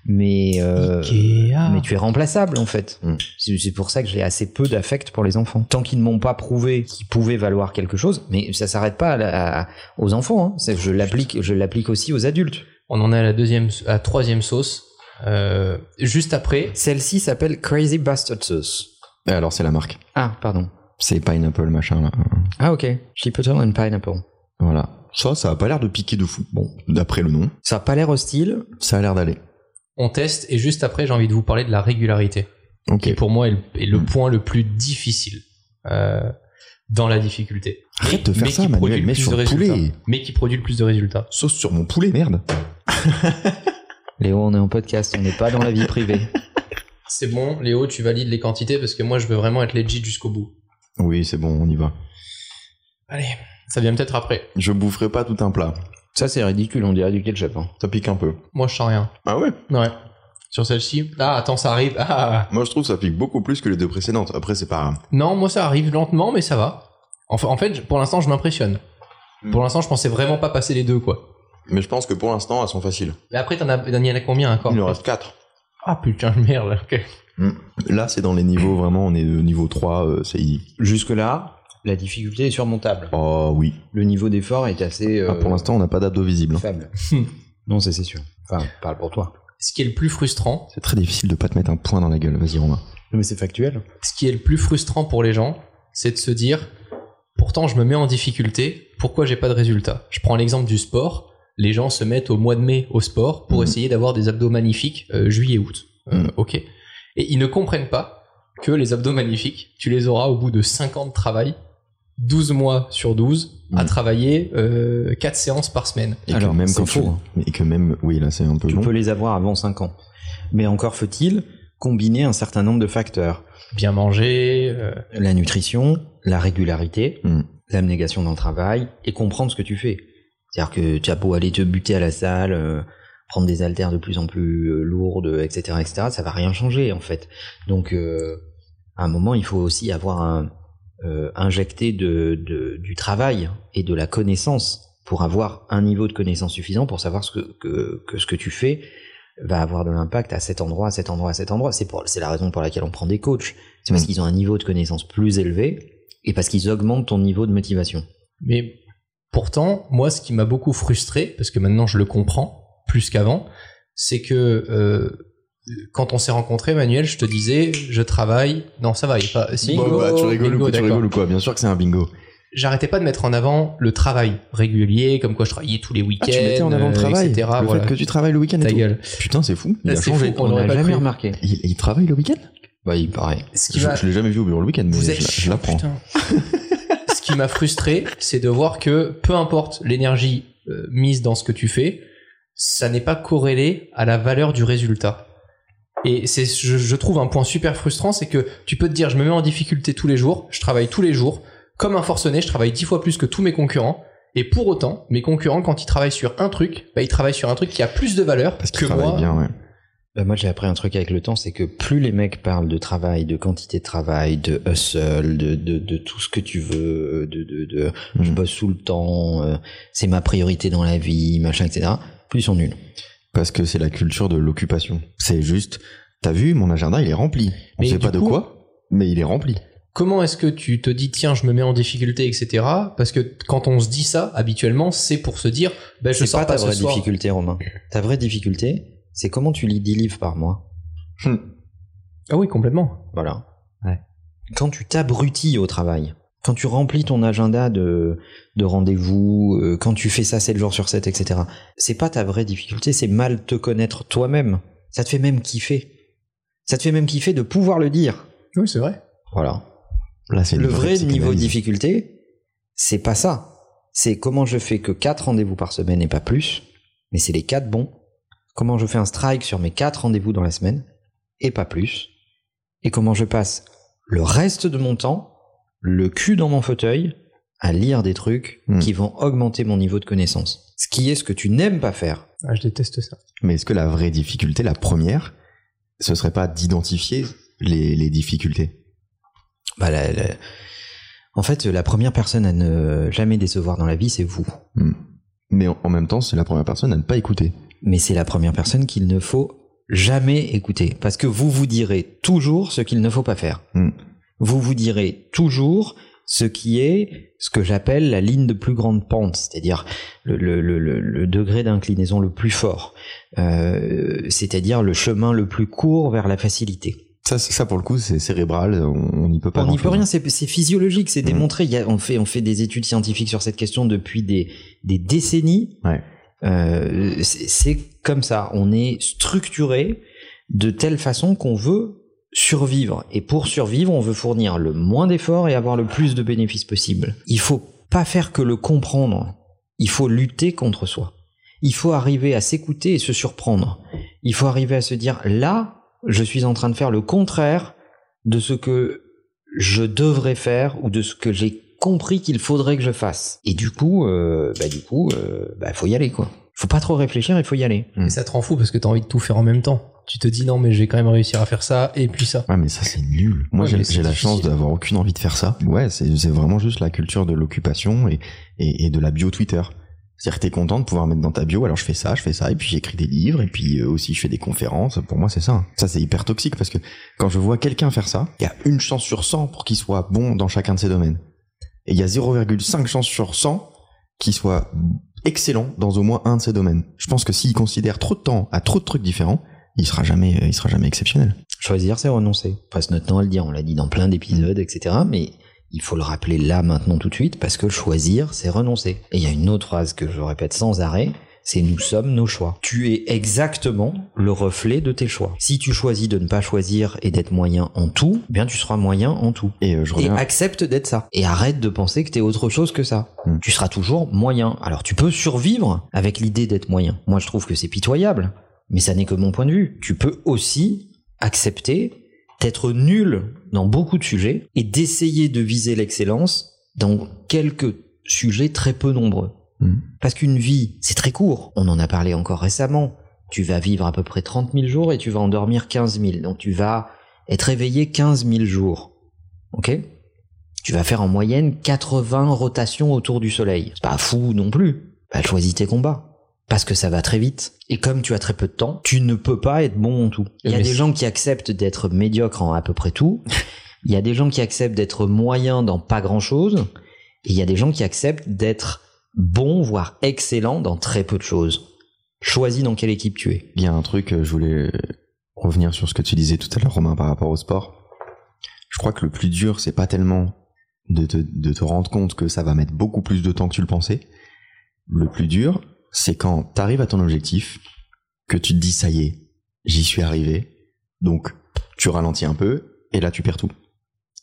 mais, euh,
Ikea.
mais tu es remplaçable en fait.
Mm.
C'est c'est pour ça que j'ai assez peu d'affect pour les enfants. Tant qu'ils ne m'ont pas prouvé qu'ils pouvaient valoir quelque chose, mais ça s'arrête pas à la- à- aux enfants. hein. C'est- Je l'applique, je l'applique aussi aux adultes.
On en est à la deuxième, à la troisième sauce. Euh, juste après,
Celle-ci s'appelle Crazy Bastard Sauce.
Et Eh, Alors c'est la marque.
Ah, pardon.
C'est pineapple machin là.
Ah ok. Chili Potter and Pineapple.
Voilà. Ça, ça a pas l'air de piquer de fou. Bon, d'après le nom,
Ça a pas l'air hostile.
ça a l'air d'aller.
on teste et juste après, j'ai envie de vous parler de la régularité,
Ok.
qui pour moi est le, est le
Mm.
point le plus difficile euh, dans la difficulté.
Arrête de faire
mais
ça,
qui
Manuel,
produit le
mets
plus
sur
de
le
résultats.
poulet.
Mais qui produit le plus de résultats.
Sauce sur mon poulet, merde.
Léo, on est en podcast, on n'est pas dans la vie privée.
C'est bon, Léo, tu valides les quantités parce que moi, je veux vraiment être legit jusqu'au bout.
Oui, c'est bon, on y va.
Allez, ça vient peut-être après.
Je boufferai pas tout un plat.
[laughs] Ça c'est ridicule, on dirait du ketchup. hein.
Ça pique un peu.
Moi, je sens rien.
Ah ouais
Ouais. Sur celle-ci. Ah, attends, ça arrive. Ah.
Moi, je trouve que ça pique beaucoup plus que les deux précédentes. Après, c'est pas.
Non, moi, ça arrive lentement, mais ça va. Enfin, en fait, je- pour l'instant, je m'impressionne.
Mm.
Pour l'instant, je pensais vraiment pas passer les deux, quoi.
Mais je pense que pour l'instant, elles sont faciles.
Mais après, t'en as, Daniel, a combien encore
Il en reste 4.
Ah, putain de merde. ok.
Là, c'est dans les niveaux, vraiment, on est de niveau 3, euh, c'est easy.
Jusque-là, la difficulté est surmontable.
Oh oui.
Le niveau d'effort est assez euh,
Ah, pour l'instant, on n'a pas d'abdos visibles. hein.
faible. [laughs] non, ça c'est sûr. Enfin, parle pour toi.
Ce qui est le plus frustrant,
C'est très difficile de pas te mettre un point dans la gueule. Vas-y, Romain.
Mais c'est factuel.
ce qui est le plus frustrant pour les gens, c'est de se dire pourtant je me mets en difficulté, pourquoi j'ai pas de résultat Je prends l'exemple du sport, les gens se mettent au mois de mai au sport pour
Mhm.
essayer d'avoir des abdos magnifiques euh, juillet août. Euh,
Mm.
Ok. Et ils ne comprennent pas que les abdos magnifiques, tu les auras au bout de 5 ans de travail, 12 mois sur 12, à
Mm.
travailler euh, 4 séances par semaine.
Et
Alors,
que même
c'est
quand tu-
faux.
Et que même, oui, là c'est un peu
Tu
long.
peux les avoir avant 5 ans. Mais encore faut-il combiner un certain nombre de facteurs.
Bien manger, euh,
La nutrition, la régularité,
Mm.
l'abnégation dans le travail et comprendre ce que tu fais. C'est-à-dire que tu as beau aller te buter à la salle, euh, prendre des haltères de plus en plus euh, lourdes, etc., etc., ça va rien changer en fait. Donc, euh, à un moment, il faut aussi avoir un, euh, injecté de, de- du travail et de la connaissance pour avoir un niveau de connaissance suffisant pour savoir ce que, que, que ce que tu fais va avoir de l'impact à cet endroit, à cet endroit, à cet endroit. C'est pour- c'est la raison pour laquelle on prend des coachs. C'est parce
Mm.
qu'ils ont un niveau de connaissance plus élevé et parce qu'ils augmentent ton niveau de motivation.
Mais pourtant, moi, ce qui m'a beaucoup frustré, parce que maintenant je le comprends plus qu'avant, c'est que euh, quand on s'est rencontrés, Manuel, je te disais, je travaille. Non, ça va, il est pas. Si,
Bon,
bingo,
bah, tu rigoles
bingo,
ou tu
d'accord.
rigoles ou quoi Bien sûr que c'est un bingo.
J'arrêtais pas de mettre en avant le travail régulier, comme quoi je travaillais tous les week-ends,
Ah, tu mettais en avant le
euh,
travail,
etc.
le
voilà.
fait que tu travailles le week-end. et
Ta
tout.
gueule.
Putain, c'est fou. Il
Là,
a
c'est
changé.
fou qu'on
On a
aurait pas
jamais
cru.
remarqué.
Il, il travaille le week-end
Bah, il paraît.
Ce qui
Je,
m'a-
je l'ai jamais vu au bureau le week-end, mais
Vous
je,
êtes
la- je
chiant,
l'apprends.
putain. [laughs] ce qui m'a frustré, c'est de voir que peu importe l'énergie euh, mise dans ce que tu fais, ça n'est pas corrélé à la valeur du résultat. Et c'est, je, je trouve un point super frustrant, c'est que tu peux te dire, je me mets en difficulté tous les jours, je travaille tous les jours, comme un forcené, je travaille dix fois plus que tous mes concurrents. Et pour autant, mes concurrents, quand ils travaillent sur un truc, bah, ils travaillent sur un truc qui a plus de valeur
Parce qu'il
que
travaille
moi.
bien, ouais.
Bah, moi, j'ai appris un truc avec le temps, c'est que plus les mecs parlent de travail, de quantité de travail, de hustle, de, de, de tout ce que tu veux, de, de, de je
Mm.
bosse sous le temps, euh, c'est ma priorité dans la vie, machin, etc., plus ils sont nuls.
Parce que c'est la culture de l'occupation. C'est juste, t'as vu, mon agenda, il est rempli. On
Mais
sait
du
pas de
coup-
quoi, mais il est rempli.
Comment est-ce que tu te dis tiens je me mets en difficulté etc parce que quand on se dit ça habituellement c'est pour se dire ben je
C'est
sors
Bah, pas
pas,
ta
ce
vraie
soir.
difficulté, Romain. Ta vraie difficulté, c'est comment tu lis 10 livres par mois.
Ah oui complètement.
Voilà. Quand tu t'abrutis au travail, quand tu remplis ton agenda de, de rendez-vous, euh, quand tu fais ça 7 jours sur 7, etc., c'est pas ta vraie difficulté, c'est mal te connaître toi-même. Ça te fait même kiffer. Ça te fait même kiffer de pouvoir le dire.
Oui c'est vrai.
Voilà.
Là, c'est une
Le vrai
vraie
niveau de
psychanalyse.
difficulté, c'est pas ça. C'est comment je fais que 4 rendez-vous par semaine et pas plus, mais c'est les 4 bons. Comment je fais un strike sur mes 4 rendez-vous dans la semaine et pas plus. Et comment je passe le reste de mon temps, le cul dans mon fauteuil, à lire des trucs
Hmm.
qui vont augmenter mon niveau de connaissance. Ce qui est ce que tu n'aimes pas faire.
Ah, je déteste ça.
Mais est-ce que la vraie difficulté, la première, ce serait pas d'identifier les, les difficultés
Bah, la- la- En fait, la première personne à ne jamais décevoir dans la vie, c'est vous.
Hmm. Mais en, en même temps, c'est la première personne à ne pas écouter.
mais c'est la première personne qu'il ne faut jamais écouter. Parce que vous vous direz toujours ce qu'il ne faut pas faire.
Mm.
Vous vous direz toujours ce qui est ce que j'appelle la ligne de plus grande pente, c'est-à-dire le, le- le- le- le degré d'inclinaison le plus fort, Euh, c'est-à-dire le chemin le plus court vers la facilité.
Ça, c'est- ça pour le coup, c'est cérébral, on on n'y peut pas.
On n'y
grand-chose. hein.
peut rien, c'est c'est physiologique, c'est
Mm.
démontré. Il y a- on, fait, on fait des études scientifiques sur cette question depuis des, des décennies.
Ouais.
Euh, c'est c'est comme ça, on est structuré de telle façon qu'on veut survivre. Et pour survivre, on veut fournir le moins d'efforts et avoir le plus de bénéfices possible. Il faut pas faire que le comprendre, il faut lutter contre soi. Il faut arriver à s'écouter et se surprendre. Il faut arriver à se dire, là, je suis en train de faire le contraire de ce que je devrais faire ou de ce que j'ai compris qu'il faudrait que je fasse. Et du coup, euh, bah du coup, euh, bah faut y aller quoi. Faut pas trop réfléchir, il faut y aller.
Et ça te rend fou parce que t'as envie de tout faire en même temps. Tu te dis non mais je vais quand même réussir à faire ça et puis ça.
Ouais, mais ça, c'est nul. Moi,
Ouais,
j'ai-
mais c'est
j'ai la
difficile.
chance d'avoir aucune envie de faire ça. Ouais, c'est c'est vraiment juste la culture de l'occupation et, et, et de la bio Twitter. C'est-à-dire que t'es content de pouvoir mettre dans ta bio, alors je fais ça, je fais ça, et puis j'écris des livres, et puis euh, aussi je fais des conférences. Pour moi, c'est ça. Ça, c'est hyper toxique parce que quand je vois quelqu'un faire ça, il y a une chance sur 100 pour qu'il soit bon dans chacun de ses domaines. Et il y a 0,5 chance sur 100 qu'il soit excellent dans au moins un de ses domaines. Je pense que s'il considère trop de temps à trop de trucs différents, il sera jamais, il sera jamais exceptionnel.
Choisir, c'est renoncer. On passe notre temps à le dire, on l'a dit dans plein d'épisodes, etc. Mais il faut le rappeler là, maintenant, tout de suite, parce que choisir, c'est renoncer. Et il y a une autre phrase que je répète sans arrêt, C'est nous sommes nos choix. Tu es exactement le reflet de tes choix. Si tu choisis de ne pas choisir et d'être moyen en tout, eh bien tu seras moyen en tout.
Et euh, je
Et
reviens.
accepte d'être ça. Et arrête de penser que t'es autre chose que ça.
Hmm.
Tu seras toujours moyen. Alors tu peux survivre avec l'idée d'être moyen. Moi je trouve que c'est pitoyable, mais ça n'est que mon point de vue. Tu peux aussi accepter d'être nul dans beaucoup de sujets et d'essayer de viser l'excellence dans quelques sujets très peu nombreux.
Hmm.
Parce qu'une vie, c'est très court. On en a parlé encore récemment. Tu vas vivre à peu près 30 000 jours et tu vas endormir 15 000. Donc tu vas être éveillé 15 000 jours. Ok Tu vas faire en moyenne 80 rotations autour du soleil. C'est pas fou non plus. Bah, choisis tes combats. Parce que ça va très vite. Et comme tu as très peu de temps, tu ne peux pas être bon en tout. Il y a
Mais
des
c'est-
gens qui acceptent d'être médiocres en à peu près
[laughs]
tout. Il y a des gens qui acceptent d'être moyens dans pas grand chose. Et il y a des gens qui acceptent d'être bons, voire excellents dans très peu de choses. Choisis dans quelle équipe tu es.
Il y a un truc, euh, je voulais revenir sur ce que tu disais tout à l'heure, Romain, par rapport au sport. Je crois que le plus dur, c'est pas tellement de te, de te rendre compte que ça va mettre beaucoup plus de temps que tu le pensais. Le plus dur, c'est quand t'arrives à ton objectif, que tu te dis ça y est, j'y suis arrivé. Donc, tu ralentis un peu, et là, tu perds tout.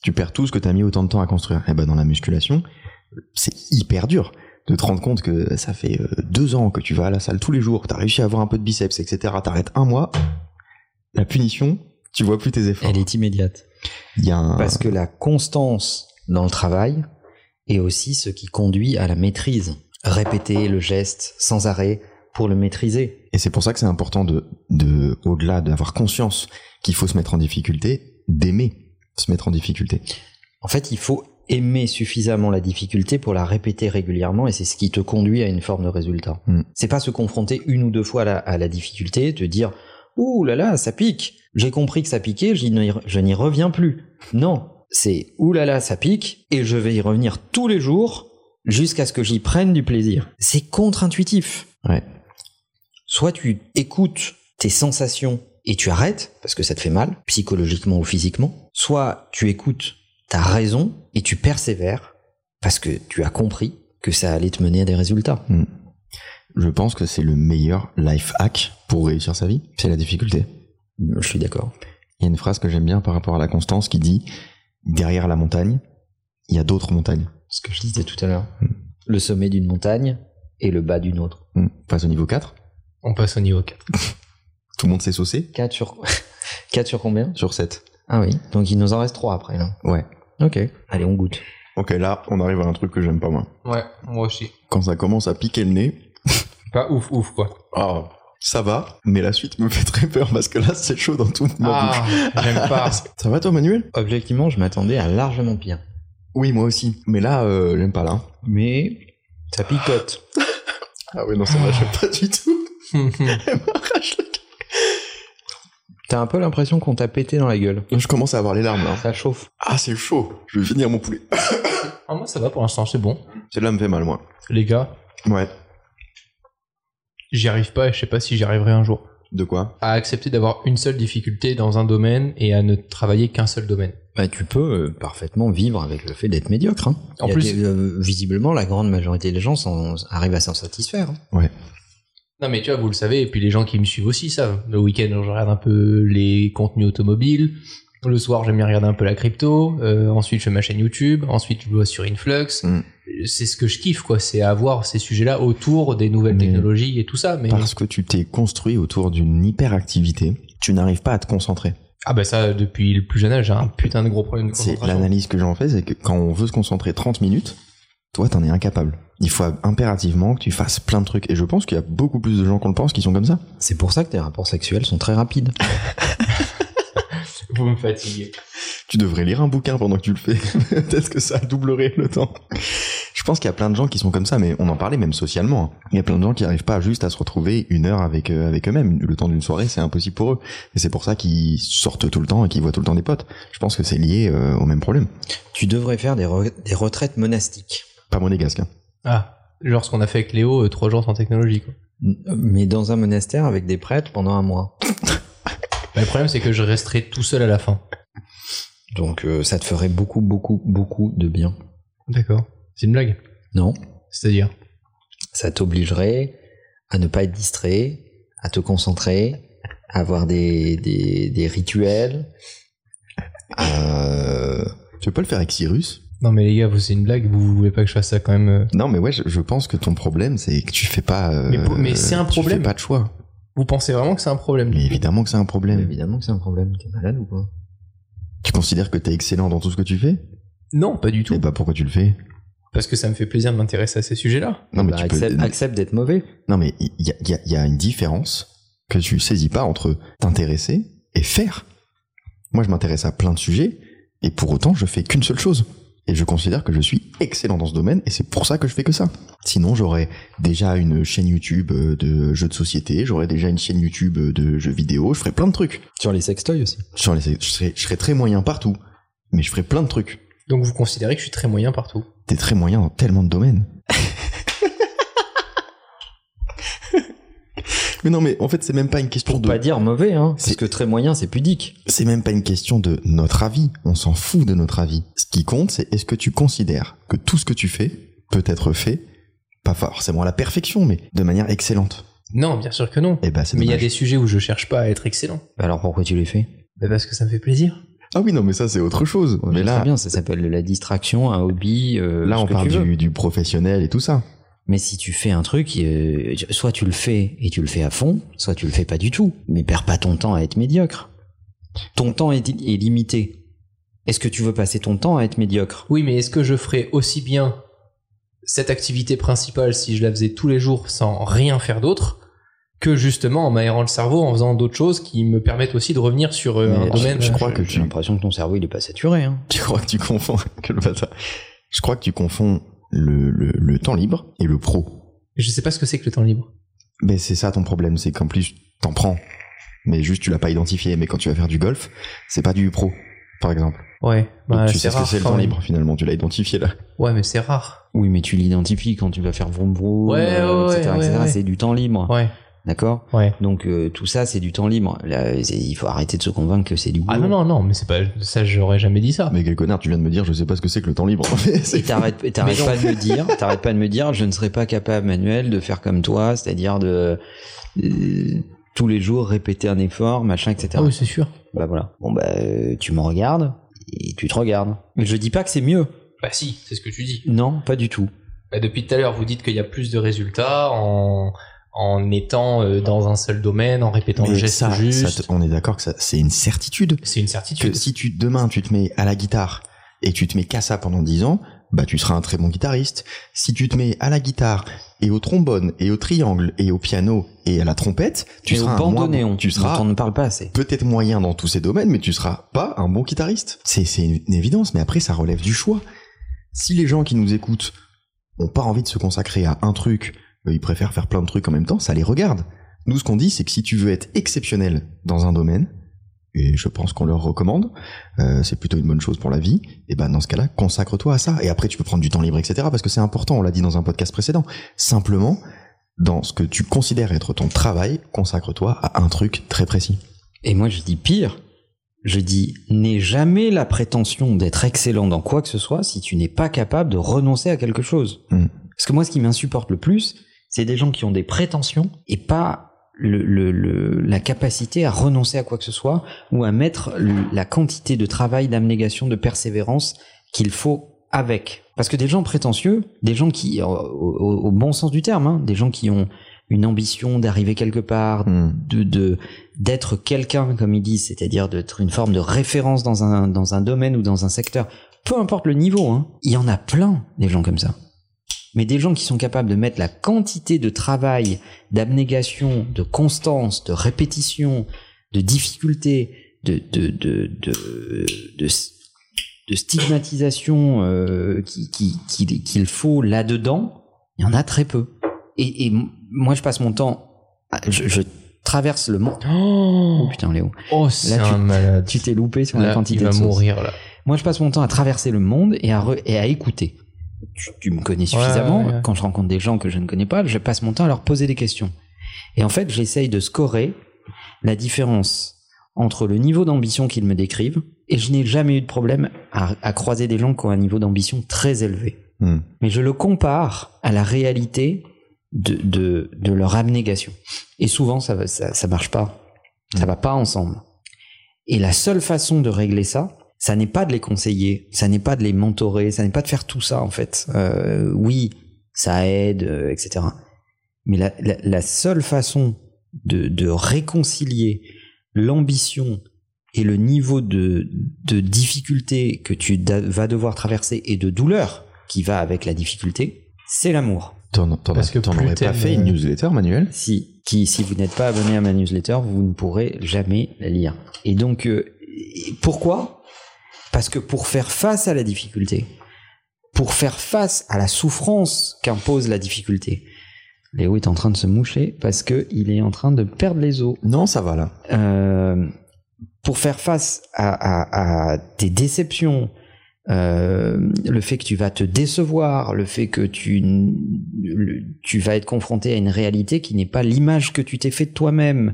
Tu perds tout ce que t'as mis autant de temps à construire. Et ben, dans la musculation, c'est hyper dur de te rendre compte que ça fait euh, deux ans que tu vas à la salle tous les jours, t'as réussi à avoir un peu de biceps, etc. T'arrêtes un mois, la punition, tu vois plus tes efforts.
Elle est immédiate.
Il y a un...
Parce que la constance dans le travail est aussi ce qui conduit à la maîtrise. Répéter le geste sans arrêt pour le maîtriser.
Et c'est pour ça que c'est important de, de au-delà d'avoir conscience qu'il faut se mettre en difficulté, d'aimer se mettre en difficulté.
En fait, il faut aimer suffisamment la difficulté pour la répéter régulièrement et c'est ce qui te conduit à une forme de résultat.
Mm.
C'est pas se confronter une ou deux fois à la, à la difficulté, te dire Ouh là là, ça pique. J'ai compris que ça piquait, j'y n'y- je n'y reviens plus. Non, c'est Ouh là là, ça pique et je vais y revenir tous les jours jusqu'à ce que j'y prenne du plaisir. C'est contre-intuitif.
Ouais.
Soit tu écoutes tes sensations et tu arrêtes parce que ça te fait mal, psychologiquement ou physiquement. Soit tu écoutes ta raison et tu persévères parce que tu as compris que ça allait te mener à des résultats.
Je pense que c'est le meilleur life hack pour réussir sa vie, c'est la difficulté.
Je suis d'accord.
Il y a une phrase que j'aime bien par rapport à la constance qui dit derrière la montagne, il y a d'autres montagnes.
ce que je disais tout à l'heure. Le sommet d'une montagne et le bas d'une autre.
Hmm. On passe au niveau 4,
On passe au niveau 4.
tout le monde s'est saucé
4 sur... [laughs] 4 sur combien
sur 7.
Ah oui, donc il nous en reste 3 après là.
Ouais.
Ok. Allez, on goûte.
Ok, là, on arrive à un truc que j'aime pas moi.
Ouais, moi aussi.
Quand ça commence à piquer le nez,
Pas ouf, ouf, quoi.
ah, ça va, mais la suite me [laughs] fait très peur parce que là, c'est chaud dans toute ma
Ah, [laughs] j'aime pas.
bouche. Ça va toi, Manuel
Objectivement, je m'attendais à largement pire.
Oui, moi aussi. Mais là, euh, j'aime pas là.
Mais ça picote.
Ah oui, non, ça m'achève pas du tout. Elle m'arrache la
T'as un peu l'impression qu'on t'a pété dans la gueule.
gueule. Je commence à avoir les larmes là.
Ça chauffe.
Ah, c'est chaud. Je vais finir mon poulet.
[laughs] Ah, moi, ça va pour l'instant, c'est bon.
Celle-là me fait mal, moi.
Les gars,
Ouais.
j'y arrive pas et je sais pas si j'y arriverai un jour.
De quoi
À accepter d'avoir une seule difficulté dans un domaine et à ne travailler qu'un seul domaine.
Bah, tu peux euh, parfaitement vivre avec le fait d'être médiocre. hein.
En
Il y a
plus-
des- euh, visiblement, la grande majorité des gens s'en- arrivent à s'en satisfaire. hein.
Non mais tu vois, vous le savez, et puis les gens qui me suivent aussi savent. Le week-end, je regarde un peu les contenus automobiles. Le soir, j'aime bien regarder un peu la crypto. Euh, ensuite, je fais ma chaîne YouTube. Ensuite, je bosse sur Influx. Euh,
Mm.
C'est ce que je kiffe, quoi. C'est avoir ces sujets-là autour des nouvelles
Mais-
technologies et tout ça. Mais
Mm. Parce que tu t'es construit autour d'une hyperactivité, tu n'arrives pas à te concentrer.
ah bah ça, depuis le plus jeune âge, j'ai un putain de gros problème de
C'est
concentration.
l'analyse que j'en fais, c'est que quand on veut se concentrer 30 minutes, toi, t'en es incapable. Il faut impérativement que tu fasses plein de trucs. Et je pense qu'il y a beaucoup plus de gens qu'on le pense qui sont comme ça.
C'est pour ça que tes rapports sexuels sont très rapides.
[laughs] Vous me fatiguez.
Tu devrais lire un bouquin pendant que tu le fais. [laughs] Peut-être que ça doublerait le temps. Je pense qu'il y a plein de gens qui sont comme ça, mais on en parlait même socialement. hein. Il y a plein de gens qui n'arrivent pas juste à se retrouver une heure avec, euh, avec eux-mêmes. Le temps d'une soirée, c'est impossible pour eux. Et c'est pour ça qu'ils sortent tout le temps et qu'ils voient tout le temps des potes. Je pense que c'est lié euh, au même problème.
Tu devrais faire des, re- des retraites monastiques.
Pas monégasque. hein.
Ah, genre ce qu'on a fait avec Léo, euh, trois jours sans technologie. Quoi.
Mais dans un monastère avec des prêtres pendant un mois.
Bah, le problème, c'est que je resterai tout seul à la fin.
Donc euh, ça te ferait beaucoup, beaucoup, beaucoup de bien.
D'accord. C'est une blague.
Non
C'est-à-dire
Ça t'obligerait à ne pas être distrait, à te concentrer, à avoir des, des, des rituels.
Euh, Tu veux pas le faire avec Cyrus
Non, mais les gars, vous, c'est une blague. Vous, voulez pas que je fasse ça quand même euh.
Non, mais ouais, je, je pense que ton problème, c'est que tu fais pas. euh,
Mais pour- mais c'est un
tu fais
problème.
pas de choix.
Vous pensez vraiment que c'est un problème
Mais évidemment que c'est un
Mais
problème.
évidemment que c'est un problème. T'es malade ou quoi
Tu considères que t'es excellent dans tout ce que tu fais
Non, pas du tout.
Et bah pourquoi tu le fais
Parce que ça me fait plaisir de m'intéresser à ces sujets-là.
Non, mais
Bah,
tu peux-
accepte, accepte d'être mauvais.
Non, mais il y a, il y a- il y a une différence que tu saisis pas entre t'intéresser et faire. Moi, je m'intéresse à plein de sujets et pour autant, je fais qu'une seule chose. Et je considère que je suis excellent dans ce domaine et c'est pour ça que je fais que ça. Sinon, j'aurais déjà une chaîne YouTube euh, de jeux de société, j'aurais déjà une chaîne YouTube euh, de jeux vidéo, je ferais plein de trucs.
Sur les sextoys aussi.
Sur les- Je serais, je serais très moyen partout, mais je ferais plein de trucs.
Donc vous considérez que je suis très moyen partout.
T'es très moyen dans tellement de
[laughs]
domaines. mais non, mais en fait, c'est même pas une question
Pour
de.
pas dire mauvais, hein. Parce
C'est-
que très moyen, c'est pudique.
C'est même pas une question de notre avis. On s'en fout de notre avis. Ce qui compte, c'est est-ce que tu considères que tout ce que tu fais peut être fait, pas forcément à la perfection, mais de manière excellente.
Non, bien sûr que non.
Eh ben, c'est
mais il y a
dommage. Eh
des sujets où je cherche pas à être excellent.
Bah alors pourquoi tu les fais
ben,
Bah, parce que ça me fait plaisir.
Ah oui, non, mais ça, c'est autre chose. Mais
Très
là,
bien, ça s'appelle de la distraction, un hobby. euh,
là,
ce
on
que
parle
tu veux.
du, du professionnel et tout ça. [laughs]
Mais si tu fais un truc, euh, soit tu le fais et tu le fais à fond, soit tu le fais pas du tout. Mais perds pas ton temps à être médiocre. Ton temps est, est limité. Est-ce que tu veux passer ton temps à être médiocre
Oui, mais est-ce que je ferais aussi bien cette activité principale si je la faisais tous les jours sans rien faire d'autre que justement en m'aérant le cerveau en faisant d'autres choses qui me permettent aussi de revenir sur euh, un
Mais
domaine
je crois
J'ai-
que
j'ai
tu-
l'impression que ton cerveau il est pas saturé. Hein.
Tu crois que tu confonds [laughs] que le bâtard. Je crois que tu confonds le, le- le temps libre et le pro.
Je sais pas ce que c'est que le temps libre.
Mais c'est ça ton problème, c'est qu'en plus t'en prends, mais juste tu l'as pas identifié. Mais quand tu vas faire du golf, c'est pas du pro, par exemple.
Ouais,
Donc
bah,
tu sais
c'est
ce que
rare.
c'est le
quand
temps
même.
libre finalement, tu l'as identifié là.
Ouais, mais c'est rare.
Oui, mais tu l'identifies quand tu vas faire vroom vroom,
Ouais,
euh,
ouais,
etc.
ouais,
etc.
ouais.
C'est du temps libre,
Ouais,
d'accord
ouais.
Donc euh, tout ça, c'est du temps libre. Là, c'est- il faut arrêter de se convaincre que c'est du boulot.
Ah non, non, non, mais c'est pas ça, j'aurais jamais dit ça.
Mais quel connard, tu viens de me dire, je sais pas ce que c'est que le temps libre. [laughs]
Et
C'est-
t'arrêtes, et t'arrêtes
Mais non.
pas de me dire, t'arrêtes pas de me dire, je ne serais pas capable, Manuel, de faire comme toi, c'est-à-dire de euh, tous les jours répéter un effort, machin, etc.
Ah oui, c'est sûr.
Bah voilà. Bon bah euh, tu me regardes et tu te regardes. Mais je dis pas que c'est mieux.
Bah si, c'est ce que tu dis.
Non, pas du tout.
Bah, depuis tout à l'heure, vous dites qu'il y a plus de résultats en, en étant euh, dans un seul domaine, en répétant
Mais
le geste
ça,
juste.
ça te- on est d'accord que ça, c'est une certitude.
C'est une
Que
certitude.
si tu demain tu te mets à la guitare et tu te mets qu'à ça pendant 10 ans, bah tu seras un très bon guitariste. Si tu te mets à la guitare et au trombone et au triangle et au piano et à la trompette, tu
Et
seras
au
un moins bon-
bandoneon,
tu seras
dont on ne parle pas assez.
peut-être moyen dans tous ces domaines, mais tu seras pas un bon guitariste. C'est, c'est une évidence, mais après, ça relève du choix. Si les gens qui nous écoutent ont pas envie de se consacrer à un truc, euh, ils préfèrent faire plein de trucs en même temps, ça les regarde. Nous, ce qu'on dit, c'est que si tu veux être exceptionnel dans un domaine, et je pense qu'on leur recommande, euh, c'est plutôt une bonne chose pour la vie, et ben dans ce cas-là, consacre-toi à ça. Et après, tu peux prendre du temps libre, etc., parce que c'est important, on l'a dit dans un podcast précédent. Simplement, dans ce que tu considères être ton travail, consacre-toi à un truc très précis.
Et moi je dis pire. Je dis n'aie jamais la prétention d'être excellent dans quoi que ce soit si tu n'es pas capable de renoncer à quelque chose.
Hmm.
Parce que moi, ce qui m'insupporte le plus, c'est des gens qui ont des prétentions et pas le, le- le- la capacité à renoncer à quoi que ce soit ou à mettre le- la quantité de travail, d'abnégation, de persévérance qu'il faut avec. Parce que des gens prétentieux, des gens qui, au, au- au bon sens du terme, hein, des gens qui ont une ambition d'arriver quelque part,
Hmm.
de de- d'être quelqu'un comme ils disent c'est-à-dire d'être une forme de référence dans un dans un domaine ou dans un secteur peu importe le niveau hein, il y en a plein des gens comme ça mais des gens qui sont capables de mettre la quantité de travail d'abnégation de constance de répétition de difficulté de de de de, de, de stigmatisation euh, qui- qui- qu'il qu'il faut là-dedans il y en a très peu et, et m- moi je passe mon temps à- je, je traverse le monde oh
Oh,
putain Léo
oh, c'est
Là, tu-
un malade.
tu t'es loupé sur la
Là,
quantité
il va
de sauce.
mourir là.
moi je passe mon temps à traverser le monde et à, re- et à écouter tu, tu me connais suffisamment
ouais, ouais.
quand je rencontre des gens que je ne connais pas je passe mon temps à leur poser des questions et en fait j'essaye de scorer la différence entre le niveau d'ambition qu'ils me décrivent et je n'ai jamais eu de problème à- à croiser des gens qui ont un niveau d'ambition très élevé
Hmm.
mais je le compare à la réalité de, de, de leur abnégation. Et souvent, ça, va- ça, ça marche pas. Ça va pas ensemble. Et la seule façon de régler ça, ça n'est pas de les conseiller, ça n'est pas de les mentorer, ça n'est pas de faire tout ça, en fait. Euh, oui, ça aide, euh, etc. Mais la, la- la seule façon de, de réconcilier l'ambition et le niveau de, de difficulté que tu da- vas devoir traverser et de douleur qui va avec la difficulté, c'est l'amour.
T'en, t'en,
Parce
as-
que
t'en
plus
aurais pas
t'aimes,
fait une
euh,
newsletter, Manuel
Si, qui, si vous n'êtes pas abonné à ma newsletter, vous ne pourrez jamais la lire. Et donc, euh, et pourquoi Parce que pour faire face à la difficulté, pour faire face à la souffrance qu'impose la difficulté, Léo est en train de se moucher parce que il est en train de perdre les os.
Non, ça va là.
Euh, pour faire face à, à- à tes déceptions, euh, le fait que tu vas te décevoir, le fait que tu, n- le- tu vas être confronté à une réalité qui n'est pas l'image que tu t'es fait de toi-même,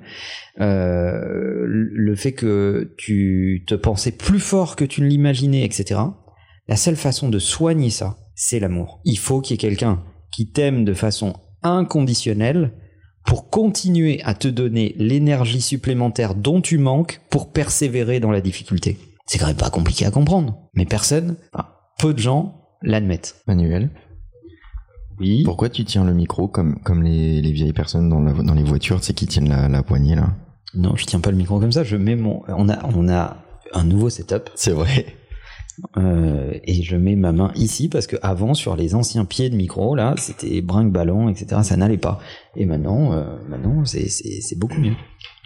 euh, le fait que tu te pensais plus fort que tu ne l'imaginais, etc. La seule façon de soigner ça, c'est l'amour. Il faut qu'il y ait quelqu'un qui t'aime de façon inconditionnelle pour continuer à te donner l'énergie supplémentaire dont tu manques pour persévérer dans la difficulté. C'est quand même pas compliqué à comprendre, mais personne, enfin, peu de gens l'admettent.
Manuel,
Oui.
pourquoi tu tiens le micro comme, comme les, les vieilles personnes dans, la vo- dans les voitures, tu sais, qui tiennent la, la poignée là
Non, je tiens pas le micro comme ça. Je mets mon, on a, on a un nouveau setup
C'est vrai.
euh, et je mets ma main ici parce que avant sur les anciens pieds de micro là, c'était brinque ballon, etc. Ça n'allait pas. Et maintenant, euh, maintenant c'est, c'est, c'est beaucoup mieux.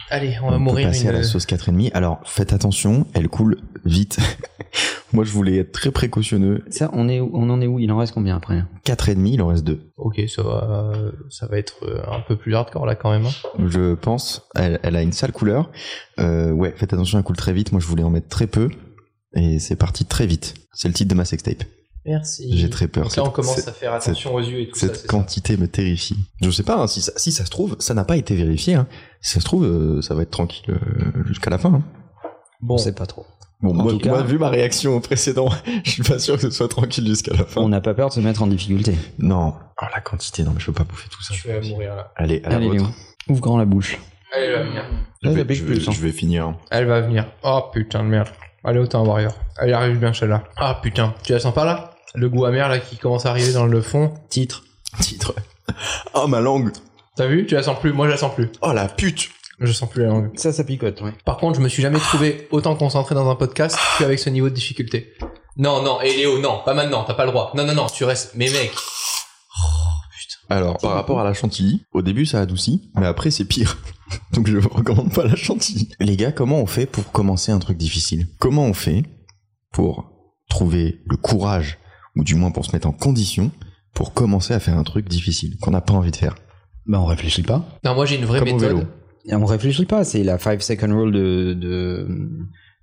Allez, on
On,
va
peut
mourir
passer
une... euh,
à la sauce 4,5. Alors, faites attention, elle coule vite. [laughs] Moi, je voulais être très précautionneux.
Ça, on est, où- on en est où Il en reste combien après
4,5, il en reste 2.
Ok, ça va, ça va être euh, un peu plus hardcore là quand même. hein.
Je pense, elle, elle a une sale couleur. Euh, ouais, faites attention, elle coule très vite. Moi, je voulais en mettre très peu. Et c'est parti très vite. C'est le titre de ma sextape.
Merci.
J'ai très peur.
Donc là, on
Cette-
commence
cette-
à faire attention aux yeux et tout ça.
Cette
c'est ça
quantité me terrifie. Je sais pas, hein, si, ça, si ça se trouve, ça n'a pas été vérifié. hein. Si ça se trouve, euh, ça va être tranquille euh, jusqu'à la fin. hein.
On
Bon,
sait pas trop.
Bon,
En
moi,
tout cas-
moi, vu ma réaction au précédent, [laughs] je suis pas sûr que ce soit tranquille jusqu'à la fin.
On n'a pas peur de se mettre en difficulté.
Non, Oh, la quantité, non, mais je peux pas bouffer tout ça.
tu vas mourir là.
Allez, à la
Allez,
vôtre.
Léo, ouvre grand la bouche.
Allez, elle va venir.
Je
Là,
vais,
ça pique
je
plus,
vais-
hein.
je vais finir.
Elle va venir. Oh putain de merde. Allez, autant Warrior. Elle arrive bien celle-là. Ah putain, tu la sens pas là Le goût amer là qui commence à arriver dans le fond.
Titre.
Titre. Oh, ma langue.
T'as vu Tu la sens plus Moi je la sens plus.
Oh, la pute.
Je sens plus la langue.
Ça, ça picote, ouais.
Par contre, je me suis jamais trouvé autant concentré dans un podcast qu'avec ce niveau de difficulté. Non, non, et Léo, non, pas maintenant, t'as pas le droit. Non, non, non, tu restes. Mais mec.
Alors, par rapport à la chantilly, au début, ça adoucit, mais après, c'est pire. [laughs] Donc, je vous recommande pas la chantilly. Les gars, comment on fait pour commencer un truc difficile Comment on fait pour trouver le courage, ou du moins pour se mettre en condition, pour commencer à faire un truc difficile qu'on n'a pas envie de faire
Ben, on réfléchit pas.
Non, moi j'ai une vraie
Comme au vélo.
méthode.
Et on réfléchit pas. C'est la 5 second rule de, de,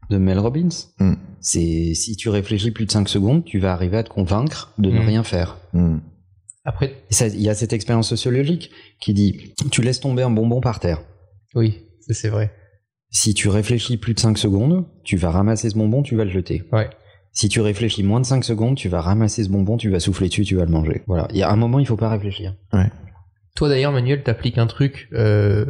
de Mel Robbins.
Hmm.
C'est si tu réfléchis plus de 5 secondes, tu vas arriver à te convaincre de ne
Hmm.
rien faire.
Hmm.
Après,
Et ça, Il y a cette expérience sociologique qui dit tu laisses tomber un bonbon par terre.
oui, ça, c'est vrai.
Si tu réfléchis plus de 5 secondes, tu vas ramasser ce bonbon, tu vas le jeter.
Ouais.
Si tu réfléchis moins de 5 secondes, tu vas ramasser ce bonbon, tu vas souffler dessus, tu vas le manger. Voilà. Il y a un moment, il faut pas réfléchir.
Toi d'ailleurs, Manuel, t'appliques un truc. euh,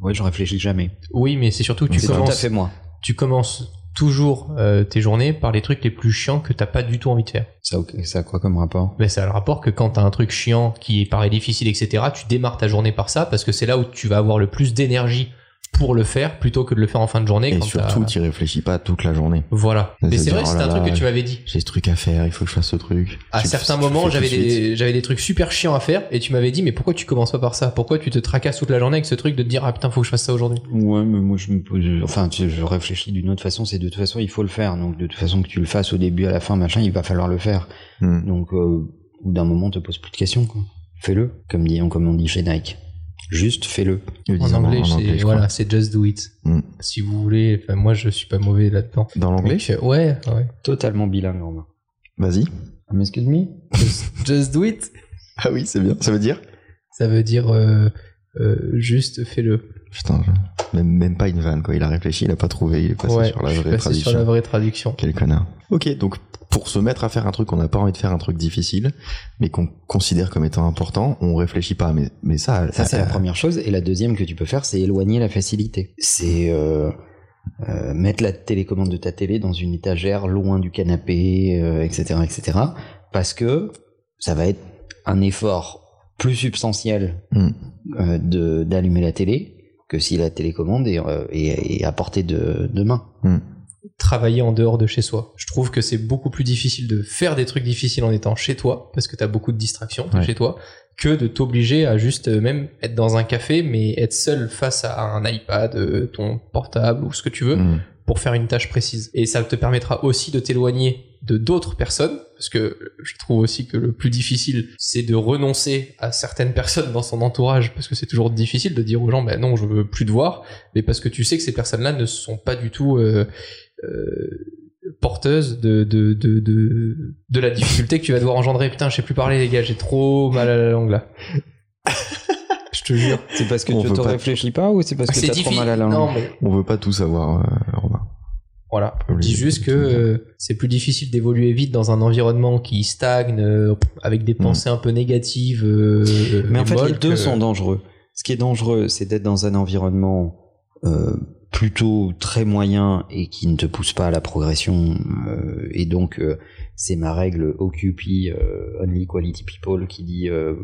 Ouais, je réfléchis jamais.
Oui, mais c'est surtout que tu
C'est tout à
commences.
fait moi.
Tu commences toujours euh, tes journées par les trucs les plus chiants que t'as pas du tout envie de faire.
Ça, ok, ça a quoi comme rapport
Mais ça a le rapport que quand t'as un truc chiant qui paraît difficile, etc., tu démarres ta journée par ça parce que c'est là où tu vas avoir le plus d'énergie pour le faire plutôt que de le faire en fin de journée.
Et
quand
surtout,
t'as-
tu réfléchis pas toute la journée.
Voilà.
Ça
Mais
veut
c'est
dire,
vrai,
oh
c'est un
là
truc
là,
que tu m'avais dit.
J'ai ce truc à faire, il faut que je fasse ce truc.
À
Tu le-
certains
tu le fais
moments,
tout
j'avais
de suite.
des, j'avais des trucs super chiants à faire et tu m'avais dit, mais pourquoi tu commences pas par ça Pourquoi tu te tracasses toute la journée avec ce truc de te dire, ah putain, faut que je fasse ça aujourd'hui
Ouais, mais moi je me pose. euh, Enfin, tu- je réfléchis d'une autre façon. C'est de toute façon, il faut le faire. Donc, de toute façon, que tu le fasses au début, à la fin, machin, il va falloir le faire.
Hmm.
Donc, euh, au bout d'un moment, te pose plus de questions. quoi. Fais-le, comme, dit- comme on dit chez Nike. Juste fais-le.
Ils le
En
disent
anglais, c'est,
je crois.
voilà, c'est just do it.
Mm.
Si vous voulez, enfin, moi je suis pas mauvais là-dedans.
Dans l'anglais
Donc, euh, ouais, ouais. [laughs]
Totalement bilingue, Romain.
Vas-y.
Ah, mais excuse me
Just do it,
Ah oui, c'est bien. Ça veut dire
ça veut dire euh, euh, juste fais-le.
Putain, je- même, même pas une vanne, quoi. Il a réfléchi, il a pas trouvé, il est passé
Ouais,
sur la
je suis
vraie
passé
traduction.
sur la vraie traduction.
Quel connard. Ok, donc pour se mettre à faire un truc qu'on n'a pas envie de faire, un truc difficile, mais qu'on considère comme étant important, on réfléchit pas. Mais, mais ça,
Ça, c'est
euh,
la première chose. Et la deuxième que tu peux faire, c'est éloigner la facilité. C'est euh, euh, mettre la télécommande de ta télé dans une étagère loin du canapé, euh, etc., etc. Parce que ça va être un effort plus substantiel
Hmm.
euh, de d'allumer la télé que si la télécommande est, euh, est- est à portée de, de main.
travailler en dehors de chez soi. Je trouve que c'est beaucoup plus difficile de faire des trucs difficiles en étant chez toi, parce que t'as beaucoup de distractions t'es
Ouais.
chez toi, que de t'obliger à juste euh, même être dans un café, mais être seul face à un iPad, euh, ton portable ou ce que tu veux,
hmm.
pour faire une tâche précise. Et ça te permettra aussi de t'éloigner de d'autres personnes, parce que je trouve aussi que le plus difficile, c'est de renoncer à certaines personnes dans son entourage, parce que c'est toujours difficile de dire aux gens, ben non, je veux plus te voir, mais parce que tu sais que ces personnes-là ne sont pas du tout euh, euh, porteuses de, de, de, de, de la difficulté que tu vas devoir engendrer. Putain, je sais plus parler, les gars, j'ai trop mal à la langue là. je te jure.
C'est parce
que On tu veut te pas-
réfléchis pas ou c'est parce
C'est difficile. Non, mais
On veut pas tout savoir, euh, Romain.
Voilà.
Oui,
Je dis juste que euh, c'est plus difficile d'évoluer vite dans un environnement qui stagne, euh, avec des pensées un peu négatives. euh,
Mm. Mais en
et
fait, les
molles
deux
que-
sont dangereux. Ce qui est dangereux, c'est d'être dans un environnement euh, plutôt très moyen et qui ne te pousse pas à la progression. euh, et donc, euh, c'est ma règle Occupy euh, Only Quality People qui dit euh,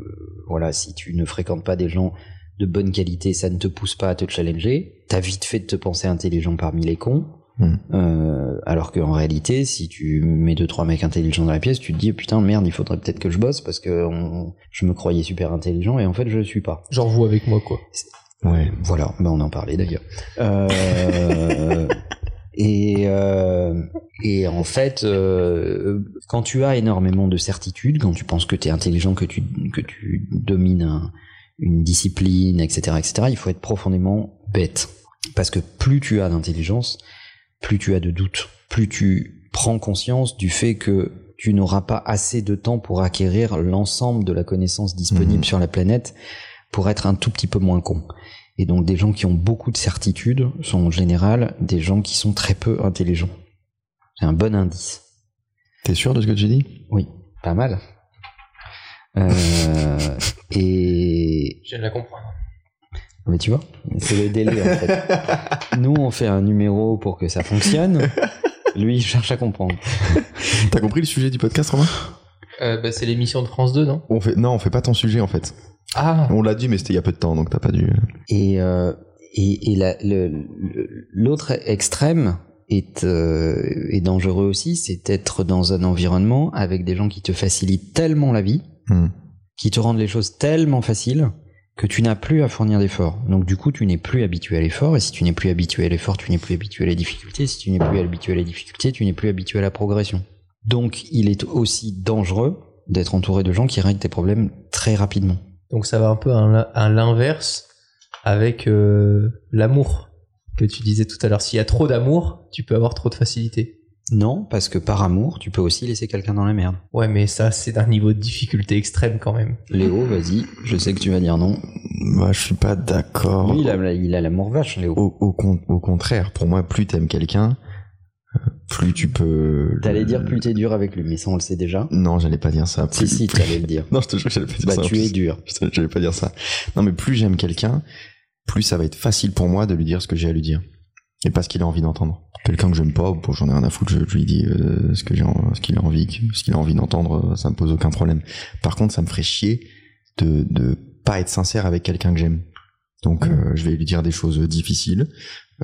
voilà, si tu ne fréquentes pas des gens de bonne qualité, ça ne te pousse pas à te challenger. T'as vite fait de te penser intelligent parmi les cons.
Hmm.
Euh, alors qu'en réalité, si tu mets deux trois mecs intelligents dans la pièce, tu te dis putain merde, il faudrait peut-être que je bosse parce que on- je me croyais super intelligent et en fait je le suis pas.
Genre vous avec moi, quoi. euh,
Ouais.
Voilà, ben on en parlait d'ailleurs. Euh, [laughs] et euh, et en fait, euh, quand tu as énormément de certitudes, quand tu penses que tu es intelligent, que tu que tu domines un- une discipline, etc., etc., il faut être profondément bête parce que plus tu as d'intelligence, plus tu as de doutes, plus tu prends conscience du fait que tu n'auras pas assez de temps pour acquérir l'ensemble de la connaissance disponible
Mhm.
sur la planète pour être un tout petit peu moins con. Et donc des gens qui ont beaucoup de certitudes sont en général des gens qui sont très peu intelligents. C'est un bon indice.
T'es sûr de ce que tu
[laughs]
dis
Oui, pas mal. Euh, et,
Je viens de la comprendre.
mais tu vois, c'est le délai en fait. Nous, on fait un numéro pour que ça fonctionne. Lui, il cherche à comprendre.
T'as compris le sujet du podcast, Romain
Euh, bah, c'est l'émission de France 2, non
on fait... Non, on fait pas ton sujet en fait.
Ah
On l'a dit, mais c'était il y a peu de temps, donc t'as pas dû.
Et, euh, et, et la- le- le- l'autre extrême est, euh, est dangereux aussi, c'est d'être dans un environnement avec des gens qui te facilitent tellement la vie,
Hmm.
qui te rendent les choses tellement faciles que tu n'as plus à fournir d'efforts. Donc du coup, tu n'es plus habitué à l'effort, et si tu n'es plus habitué à l'effort, tu n'es plus habitué à la difficulté, si tu n'es plus habitué à la difficulté, tu n'es plus habitué à la progression. Donc il est aussi dangereux d'être entouré de gens qui règlent tes problèmes très rapidement.
Donc ça va un peu à l'in- à l'inverse avec euh, l'amour que tu disais tout à l'heure. S'il y a trop d'amour, tu peux avoir trop de facilité.
Non, parce que par amour, tu peux aussi laisser quelqu'un dans la merde.
Ouais, mais ça, c'est d'un niveau de difficulté extrême quand même.
Léo, vas-y, je sais que tu vas dire non.
Bah, je suis pas d'accord.
Lui, il a il a l'amour vache, Léo.
Au, au con- au contraire, pour moi, plus t'aimes quelqu'un, euh, plus tu peux.
T'allais dire plus t'es dur avec lui, mais ça on le sait déjà.
Non, j'allais pas dire ça.
Si,
Plus-
si, t'allais le [laughs] dire.
Non, je te jure que j'allais pas dire
Bah,
ça. en
tu
plus.
es dur.
Putain, j'allais pas dire ça. Non, mais plus j'aime quelqu'un, plus ça va être facile pour moi de lui dire ce que j'ai à lui dire. Et pas ce qu'il a envie d'entendre. Quelqu'un que j'aime pas, bon, j'en ai rien à foutre, je, je lui dis euh, ce que j'ai, en- ce qu'il a envie, ce qu'il a envie d'entendre, euh, ça me pose aucun problème. Par contre, ça me ferait chier de, de pas être sincère avec quelqu'un que j'aime. Donc, euh, je vais lui dire des choses difficiles.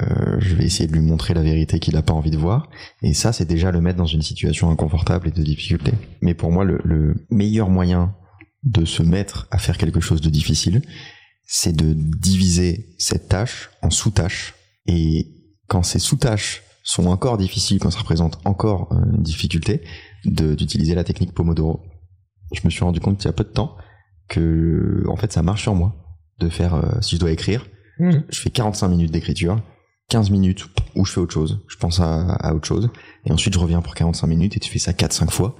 euh, je vais essayer de lui montrer la vérité qu'il n'a pas envie de voir. Et ça, c'est déjà le mettre dans une situation inconfortable et de difficulté. Mais pour moi, le, le meilleur moyen de se mettre à faire quelque chose de difficile, c'est de diviser cette tâche en sous-tâches. Et quand ces sous-tâches sont encore difficiles, quand ça représente encore euh, une difficulté, de- d'utiliser la technique Pomodoro. Je me suis rendu compte il y a peu de temps que, en fait, ça marche sur moi. De faire, euh, si je dois écrire, je fais 45 minutes d'écriture, 15 minutes où je fais autre chose, je pense à, à autre chose, et ensuite je reviens pour 45 minutes et tu fais ça 4-5 fois.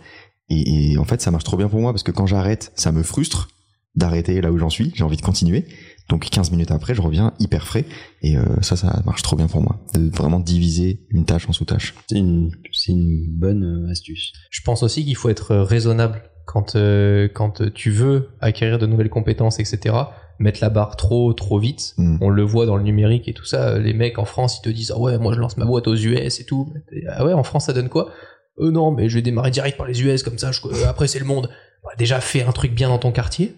Et, et en fait, ça marche trop bien pour moi parce que quand j'arrête, ça me frustre d'arrêter là où j'en suis, j'ai envie de continuer. Donc 15 minutes après, je reviens hyper frais. Et euh, ça, ça marche trop bien pour moi. De vraiment diviser une tâche en sous-tâches.
C'est une, c'est une bonne euh, astuce.
Je pense aussi qu'il faut être euh, raisonnable quand, euh, quand euh, tu veux acquérir de nouvelles compétences, etc. Mettre la barre trop, trop vite.
Mm.
On le voit dans le numérique et tout ça. euh, Les mecs en France, ils te disent Ah ouais, moi je lance ma boîte aux US et tout. Et, ah ouais, en France, ça donne quoi Euh, non, mais je vais démarrer direct par les US, comme ça, je- euh, après c'est le monde. Bah, déjà, fais un truc bien dans ton quartier.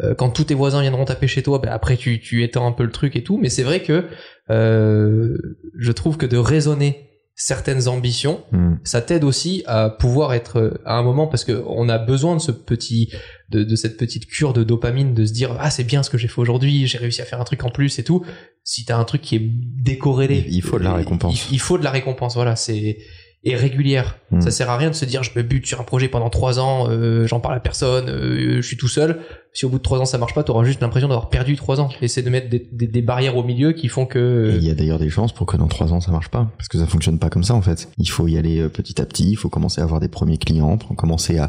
Euh, quand tous tes voisins viendront taper chez toi, bah, après tu, tu étends un peu le truc et tout. Mais c'est vrai que euh, je trouve que de raisonner certaines ambitions,
Hmm.
ça t'aide aussi à pouvoir être euh, à un moment parce que on a besoin de ce petit de, de cette petite cure de dopamine de se dire ah c'est bien ce que j'ai fait aujourd'hui j'ai réussi à faire un truc en plus et tout si t'as un truc qui est décorrélé
Il- il faut de la
euh,
récompense.
il, il faut de la récompense voilà c'est et régulière
Mm.
ça sert à rien de se dire je me bute sur un projet pendant trois ans euh, j'en parle à personne euh, je suis tout seul si au bout de trois ans ça marche pas t'auras juste l'impression d'avoir perdu trois ans et c'est de mettre des, des- des barrières au milieu qui font
Et
que
il y a d'ailleurs des chances pour que dans trois ans ça marche pas, parce que ça fonctionne pas comme ça en fait. Il faut y aller euh, petit à petit, il faut commencer à avoir des premiers clients, pour commencer à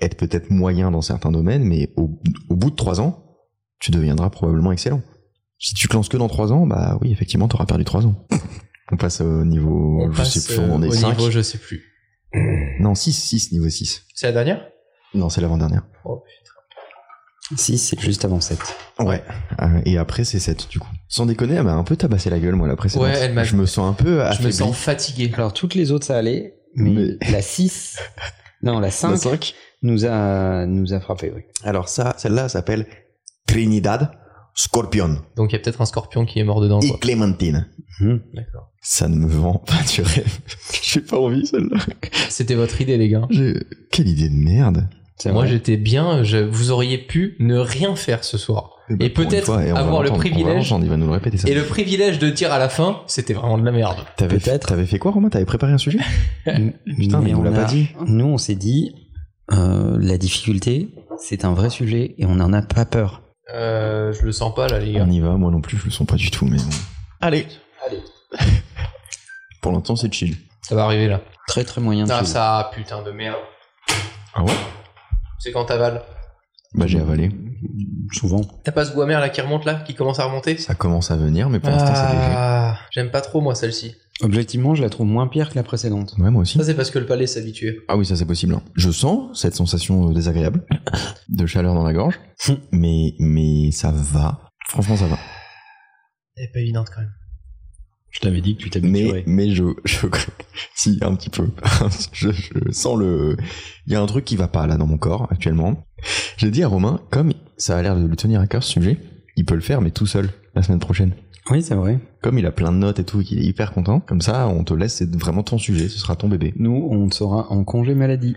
être peut-être moyen dans certains domaines, mais au, au bout de trois ans, tu deviendras probablement excellent. Si tu te lances que dans trois ans, bah oui, effectivement, t'auras perdu trois
[laughs]
ans. On passe au niveau,
on
je
passe,
sais plus,
euh,
on est
au
5.
niveau je sais plus
Non, 6, 6, niveau 6.
c'est la dernière Oh,
Non, c'est l'avant-dernière.
6, c'est juste avant 7.
Ouais. Euh, Et après, c'est 7, du coup. Sans déconner, elle m'a un peu tabassé la gueule, moi, la précédente.
Ouais, elle m'a-
Je me sens un peu
Je me
affaibli.
sens fatigué.
Alors, toutes les autres, ça allait, mais, [laughs] la 6, non, la 5,
La cinq.
nous a, nous a frappé, oui.
Alors ça, celle-là s'appelle Trinidad, Scorpion
Donc il y a peut-être un scorpion qui est mort dedans.
et
Quoi.
Clémentine.
D'accord.
Ça ne me vend pas du rêve. [laughs] J'ai pas envie celle-là.
C'était votre idée, les
[laughs]
gars.
J'ai- Quelle idée de merde.
C'est
Moi,
vrai.
j'étais bien. Je... Vous auriez pu ne rien faire ce soir. Et
Eh ben, Pour une
peut-être
fois, et on va
avoir le
l'entendre, On va
privilège.
l'entendre, il va nous le répéter ça.
Et le privilège de dire à la fin, c'était vraiment de la merde.
T'avais fait,
Peut-être.
t'avais fait quoi, Romain T'avais préparé un sujet
[laughs]
Putain, mais il
on
nous l'a pas
a-
dit.
Nous, on s'est dit, euh, la difficulté, c'est un vrai sujet et on n'en a pas peur.
Euh, je le sens pas là, les gars.
On y va, moi non plus, je le sens pas du tout, mais bon. Allez. Pour l'instant, c'est chill.
Ça va arriver là.
Très, très moyen de
Ah
se-
ça, putain de merde.
Ah ouais
C'est quand t'avales.
Bah j'ai avalé.
Souvent.
T'as pas ce goût amer là qui remonte là, qui commence à remonter.
Ça commence à venir, mais pour l'instant, c'est léger.
Ah, j'aime pas trop moi celle-ci.
Objectivement, je la trouve moins pire que la précédente.
Ouais, moi aussi.
Ça c'est parce que le palais s'habitue.
Ah oui, ça c'est possible. hein. Je sens cette sensation euh, désagréable de chaleur dans la gorge, mais mais ça va. Franchement, ça va.
Elle est pas évidente quand même.
Je t'avais dit que tu
Mais mais je je [laughs] si un petit peu. [laughs] je, je sens le. Il y a un truc qui va pas là dans mon corps actuellement. J'ai dit à Romain, comme ça a l'air de lui tenir à cœur ce sujet, il peut le faire mais tout seul la semaine prochaine.
Oui, c'est vrai.
Comme il a plein de notes et tout, et qu'il est hyper content, comme ça on te laisse, c'est vraiment ton sujet, ce sera ton bébé.
Nous, on sera en congé maladie.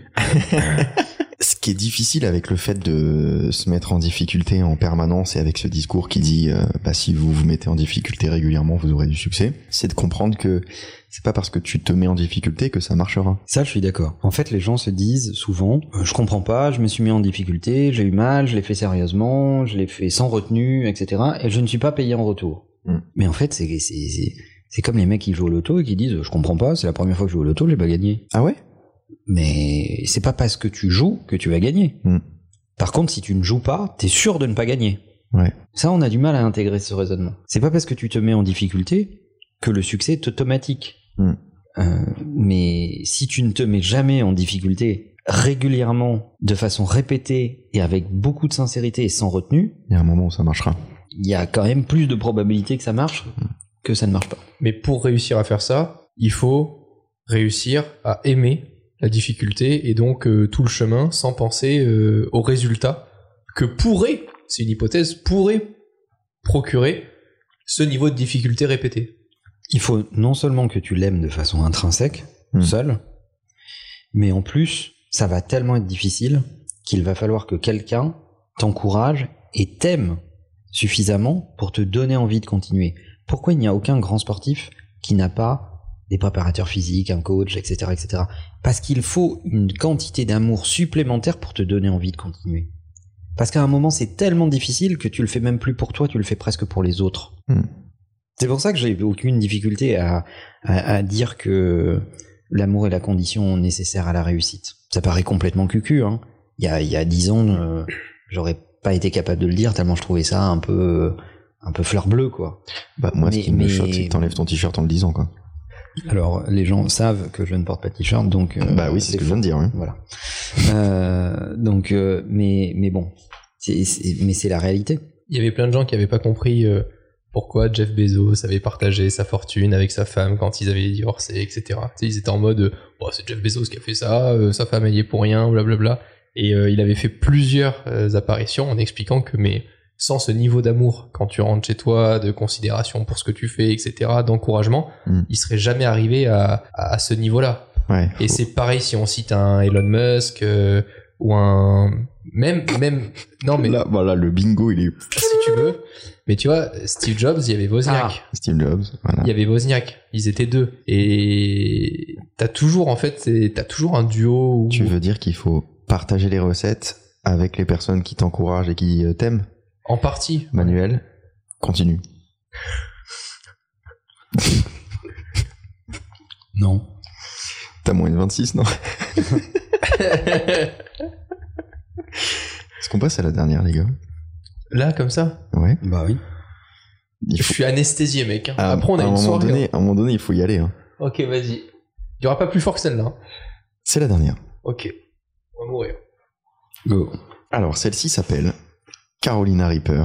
Ce qui est difficile avec le fait de se mettre en difficulté en permanence et avec ce discours qui dit euh, bah, si vous vous mettez en difficulté régulièrement vous aurez du succès, c'est de comprendre que c'est pas parce que tu te mets en difficulté que ça marchera.
Ça, je suis d'accord. En fait, les gens se disent souvent euh, Je comprends pas, je me suis mis en difficulté, j'ai eu mal, je l'ai fait sérieusement, je l'ai fait sans retenue, etc. Et je ne suis pas payé en retour.
Mm.
Mais en fait, c'est, c'est, c'est, c'est comme les mecs qui jouent au loto et qui disent Je comprends pas, c'est la première fois que je joue au loto, j'ai pas gagné.
Ah ouais
Mais c'est pas parce que tu joues que tu vas gagner.
Mm.
Par contre, si tu ne joues pas, t'es sûr de ne pas gagner.
Ouais.
Ça, on a du mal à intégrer ce raisonnement. C'est pas parce que tu te mets en difficulté que le succès est automatique.
Mm.
Euh, mais si tu ne te mets jamais en difficulté régulièrement, de façon répétée et avec beaucoup de sincérité et sans retenue,
Il y a un moment où ça marchera.
il y a quand même plus de probabilité que ça marche
Mm.
que ça ne marche pas.
Mais pour réussir à faire ça, il faut réussir à aimer la difficulté et donc euh, tout le chemin sans penser euh, au résultat que pourrait, c'est une hypothèse, pourrait procurer ce niveau de difficulté répété.
Il faut non seulement que tu l'aimes de façon intrinsèque,
Mm.
seul, mais en plus, ça va tellement être difficile qu'il va falloir que quelqu'un t'encourage et t'aime suffisamment pour te donner envie de continuer. Pourquoi il n'y a aucun grand sportif qui n'a pas des préparateurs physiques, un coach, etc. etc. Parce qu'il faut une quantité d'amour supplémentaire pour te donner envie de continuer. Parce qu'à un moment, c'est tellement difficile que tu le fais même plus pour toi, tu le fais presque pour les autres.
Mm.
C'est pour ça que j'ai aucune difficulté à, à, à dire que l'amour est la condition nécessaire à la réussite. Ça paraît complètement cucu. Hein. Il y a il y a dix ans, euh, j'aurais pas été capable de le dire tellement je trouvais ça un peu un peu fleur bleue, quoi.
Bah, moi, ce
Mais-
qui me
mais-
choque, c'est que t'enlèves ton t-shirt en le disant, quoi.
Alors, les gens savent que je ne porte pas de t-shirt, donc. euh,
bah oui, c'est ce
des
que je viens de dire, oui.
Voilà. Euh, donc, euh, mais, mais bon, c'est, c'est- mais c'est la réalité.
Il y avait plein de gens qui n'avaient pas compris euh, pourquoi Jeff Bezos avait partagé sa fortune avec sa femme quand ils avaient divorcé, etc. Tu sais, ils étaient en mode euh, Bon, c'est Jeff Bezos qui a fait ça, euh, sa femme elle y est pour rien, blablabla. Et euh, il avait fait plusieurs euh, apparitions en expliquant que mais sans ce niveau d'amour quand tu rentres chez toi, de considération pour ce que tu fais, etc., d'encouragement,
Mm.
il serait jamais arrivé à, à- à ce niveau-là.
Ouais.
Et c'est pareil si on cite un Elon Musk euh, ou un même même non mais
Là, voilà, le bingo, il est
si tu veux. Mais tu vois, Steve Jobs, il y avait Wozniak.
Steve Jobs. Voilà.
Il y avait Wozniak. Ils étaient deux. Et t'as toujours, en fait, c'est- t'as toujours un duo. Où...
Tu veux dire qu'il faut partager les recettes avec les personnes qui t'encouragent et qui euh, t'aiment [laughs]
En partie.
Manuel, continue.
Non.
T'as moins de 26, non Est-ce qu'on passe à la dernière, les gars
Là, comme ça.
Ouais.
Bah oui.
Il
Je
faut-
suis anesthésié, mec. hein.
à-
Après, on a
à un
une
moment
soirée.
Donné, à un moment donné, il faut y aller. hein.
hein. Ok, vas-y. Il y aura pas plus fort que celle-là. hein.
C'est la dernière.
Ok. On va mourir.
Go.
Alors, celle-ci s'appelle Carolina Reaper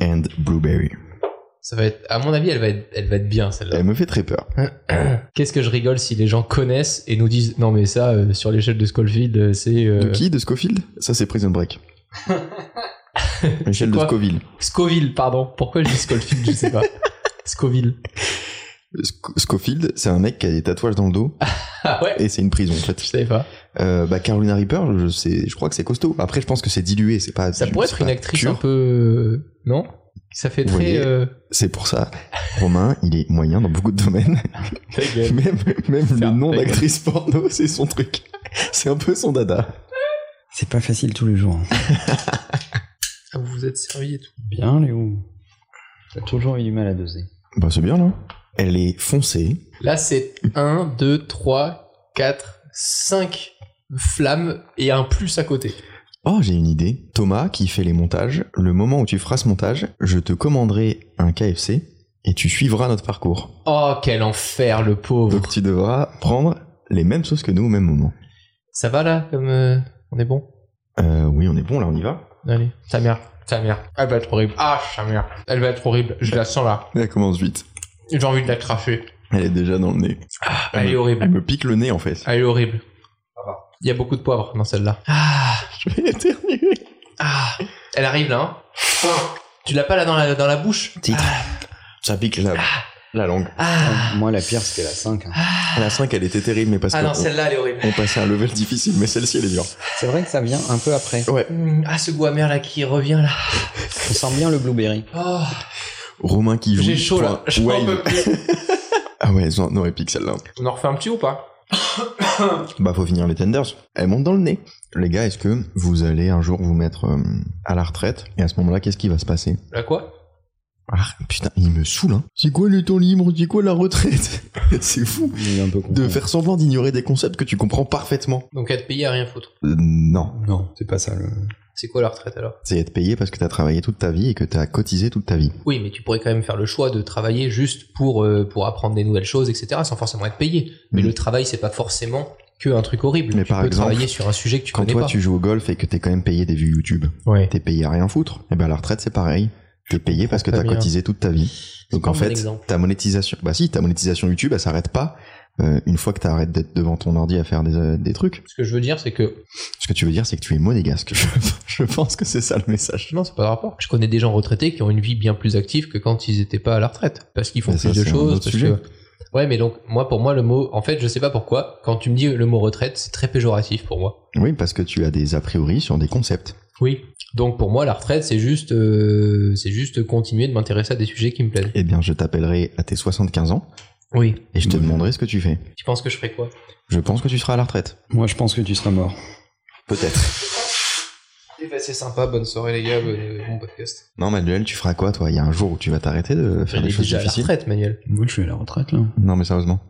and Blueberry.
Ça va être, à mon avis, elle va être, elle va être bien, celle-là.
Elle me fait très peur.
Qu'est-ce que je rigole si les gens connaissent et nous disent, non, mais ça, euh, sur l'échelle de Schofield, euh, c'est, euh,
De qui De Scofield Ça, c'est Prison
[laughs]
Break. Michel de
quoi
Scoville.
Scoville, pardon. Pourquoi je dis Schofield, je
[laughs]
sais pas. Scoville.
Sc- Scofield, c'est un mec qui a des tatouages dans le dos
Ah ouais
et c'est une prison en
Je
fait.
savais pas.
Euh, bah, Carolina Reaper, je, sais, je crois que c'est costaud. Après, je pense que c'est dilué, c'est pas.
Ça pourrait
c'est
être une
pas
actrice
pur.
un peu. euh, Non Ça fait
Vous
très.
voyez
euh,
C'est pour ça, Romain, il est moyen dans beaucoup de domaines. [laughs] Même, même
C'est
le
un
nom
fake.
d'actrice porno, [laughs] c'est son truc. C'est un peu son dada.
C'est pas facile tous les jours.
Ah, [laughs] Vous vous êtes servi et tout.
Bien, Léo. T'as toujours eu du mal à doser.
Bah, c'est bien, là. Elle est foncée.
Là, c'est 1, 2, 3, 4, 5 flammes et un plus à côté.
Oh, j'ai une idée. Thomas, qui fait les montages, le moment où tu feras ce montage, je te commanderai un KFC et tu suivras notre parcours.
Oh, quel enfer, le pauvre.
Donc, tu devras prendre les mêmes sauces que nous au même moment.
Ça va là comme euh, On est bon
Euh, oui, on est bon, là, on y va.
Allez, ta mère. Ta mère. Elle va être horrible. Ah, sa mère. Elle va être horrible. Je la sens là.
Elle commence vite.
J'ai envie de la cracher.
Elle est déjà dans le nez. Ah.
Ah, elle est
Elle
horrible.
me pique le nez, en fait.
Elle est horrible. Il y a beaucoup de poivre dans celle-là.
[laughs] Je vais éternuer.
Ah, elle arrive là. Hein. Tu l'as pas là dans la, dans la bouche
Ça pique la, la langue.
Ah,
Moi, la pire, c'était la 5. hein.
La 5, elle était terrible, mais parce
ah
que
non,
on-
celle-là, elle est horrible.
on, passait à un level difficile, mais celle-ci, elle est dure.
C'est vrai que ça vient un peu après.
Ouais.
Mmh, Ah, ce goût amer là qui revient là.
On sent bien le blueberry.
Oh,
Romain qui joue.
j'ai chaud là. [laughs] J'en peux plus.
Ah ouais, non, non, épique celle-là.
On en refait un petit ou pas
Bah, faut finir les tenders. Elles montent dans le nez. Les gars, est-ce que vous allez un jour vous mettre euh, à la retraite Et à ce moment-là, qu'est-ce qui va se passer
Là quoi
Ah putain, il me saoule, hein. C'est quoi le temps libre C'est quoi la retraite [laughs] C'est fou
Il est un peu con.
de faire semblant d'ignorer des concepts que tu comprends parfaitement.
Donc être payé à rien foutre.
Euh, non.
Non, c'est pas ça. Le...
C'est quoi la retraite alors
C'est être payé parce que t'as travaillé toute ta vie et que t'as cotisé toute ta vie.
Oui, mais tu pourrais quand même faire le choix de travailler juste pour, euh, pour apprendre des nouvelles choses, etc., sans forcément être payé. Mais
Mm.
le travail, c'est pas forcément que un truc horrible.
Mais
tu
par
peux
exemple,
travailler sur un sujet que tu
Quand
connais
toi
pas.
tu joues au golf et que t'es quand même payé des vues YouTube,
Ouais.
t'es payé à rien foutre, et ben à la retraite c'est pareil. T'es payé parce que
pas
t'as
bien.
cotisé toute ta vie. Donc en
pas un bon
fait,
exemple.
ta monétisation, bah si, ta monétisation YouTube, elle s'arrête pas euh, une fois que t'arrêtes d'être devant ton ordi à faire des, euh, des trucs.
Ce que je veux dire, c'est que
Ce que tu veux dire, c'est que tu es monégasque. [laughs] Je, je pense que c'est ça le message.
Non, c'est pas de rapport. Je connais des gens retraités qui ont une vie bien plus active que quand ils étaient pas à la retraite. Parce qu'ils font
Mais ça,
plus de
c'est un
choses.
autre
parce
sujet.
que- Ouais, mais donc, moi, pour moi, le mot, en fait, je sais pas pourquoi, quand tu me dis le mot retraite, c'est très péjoratif pour moi.
Oui, parce que tu as des a priori sur des concepts.
Oui. Donc, pour moi, la retraite, c'est juste, euh, c'est juste continuer de m'intéresser à des sujets qui me plaisent.
Eh bien, je t'appellerai à tes 75 ans
Oui.
et je te
Ouais.
demanderai ce que tu fais.
Tu penses que je ferais quoi
Je pense que tu seras à la retraite.
Moi, je pense que tu seras mort.
Peut-être.
Eh ben, c'est sympa. Bonne soirée, les gars. Bon podcast.
Non, Manuel, tu feras quoi, toi Il y a un jour où tu vas t'arrêter de faire
Il
des
est
choses
déjà à la
difficiles.
retraite, Manuel.
Moi, je suis à la retraite, là.
Non, mais sérieusement,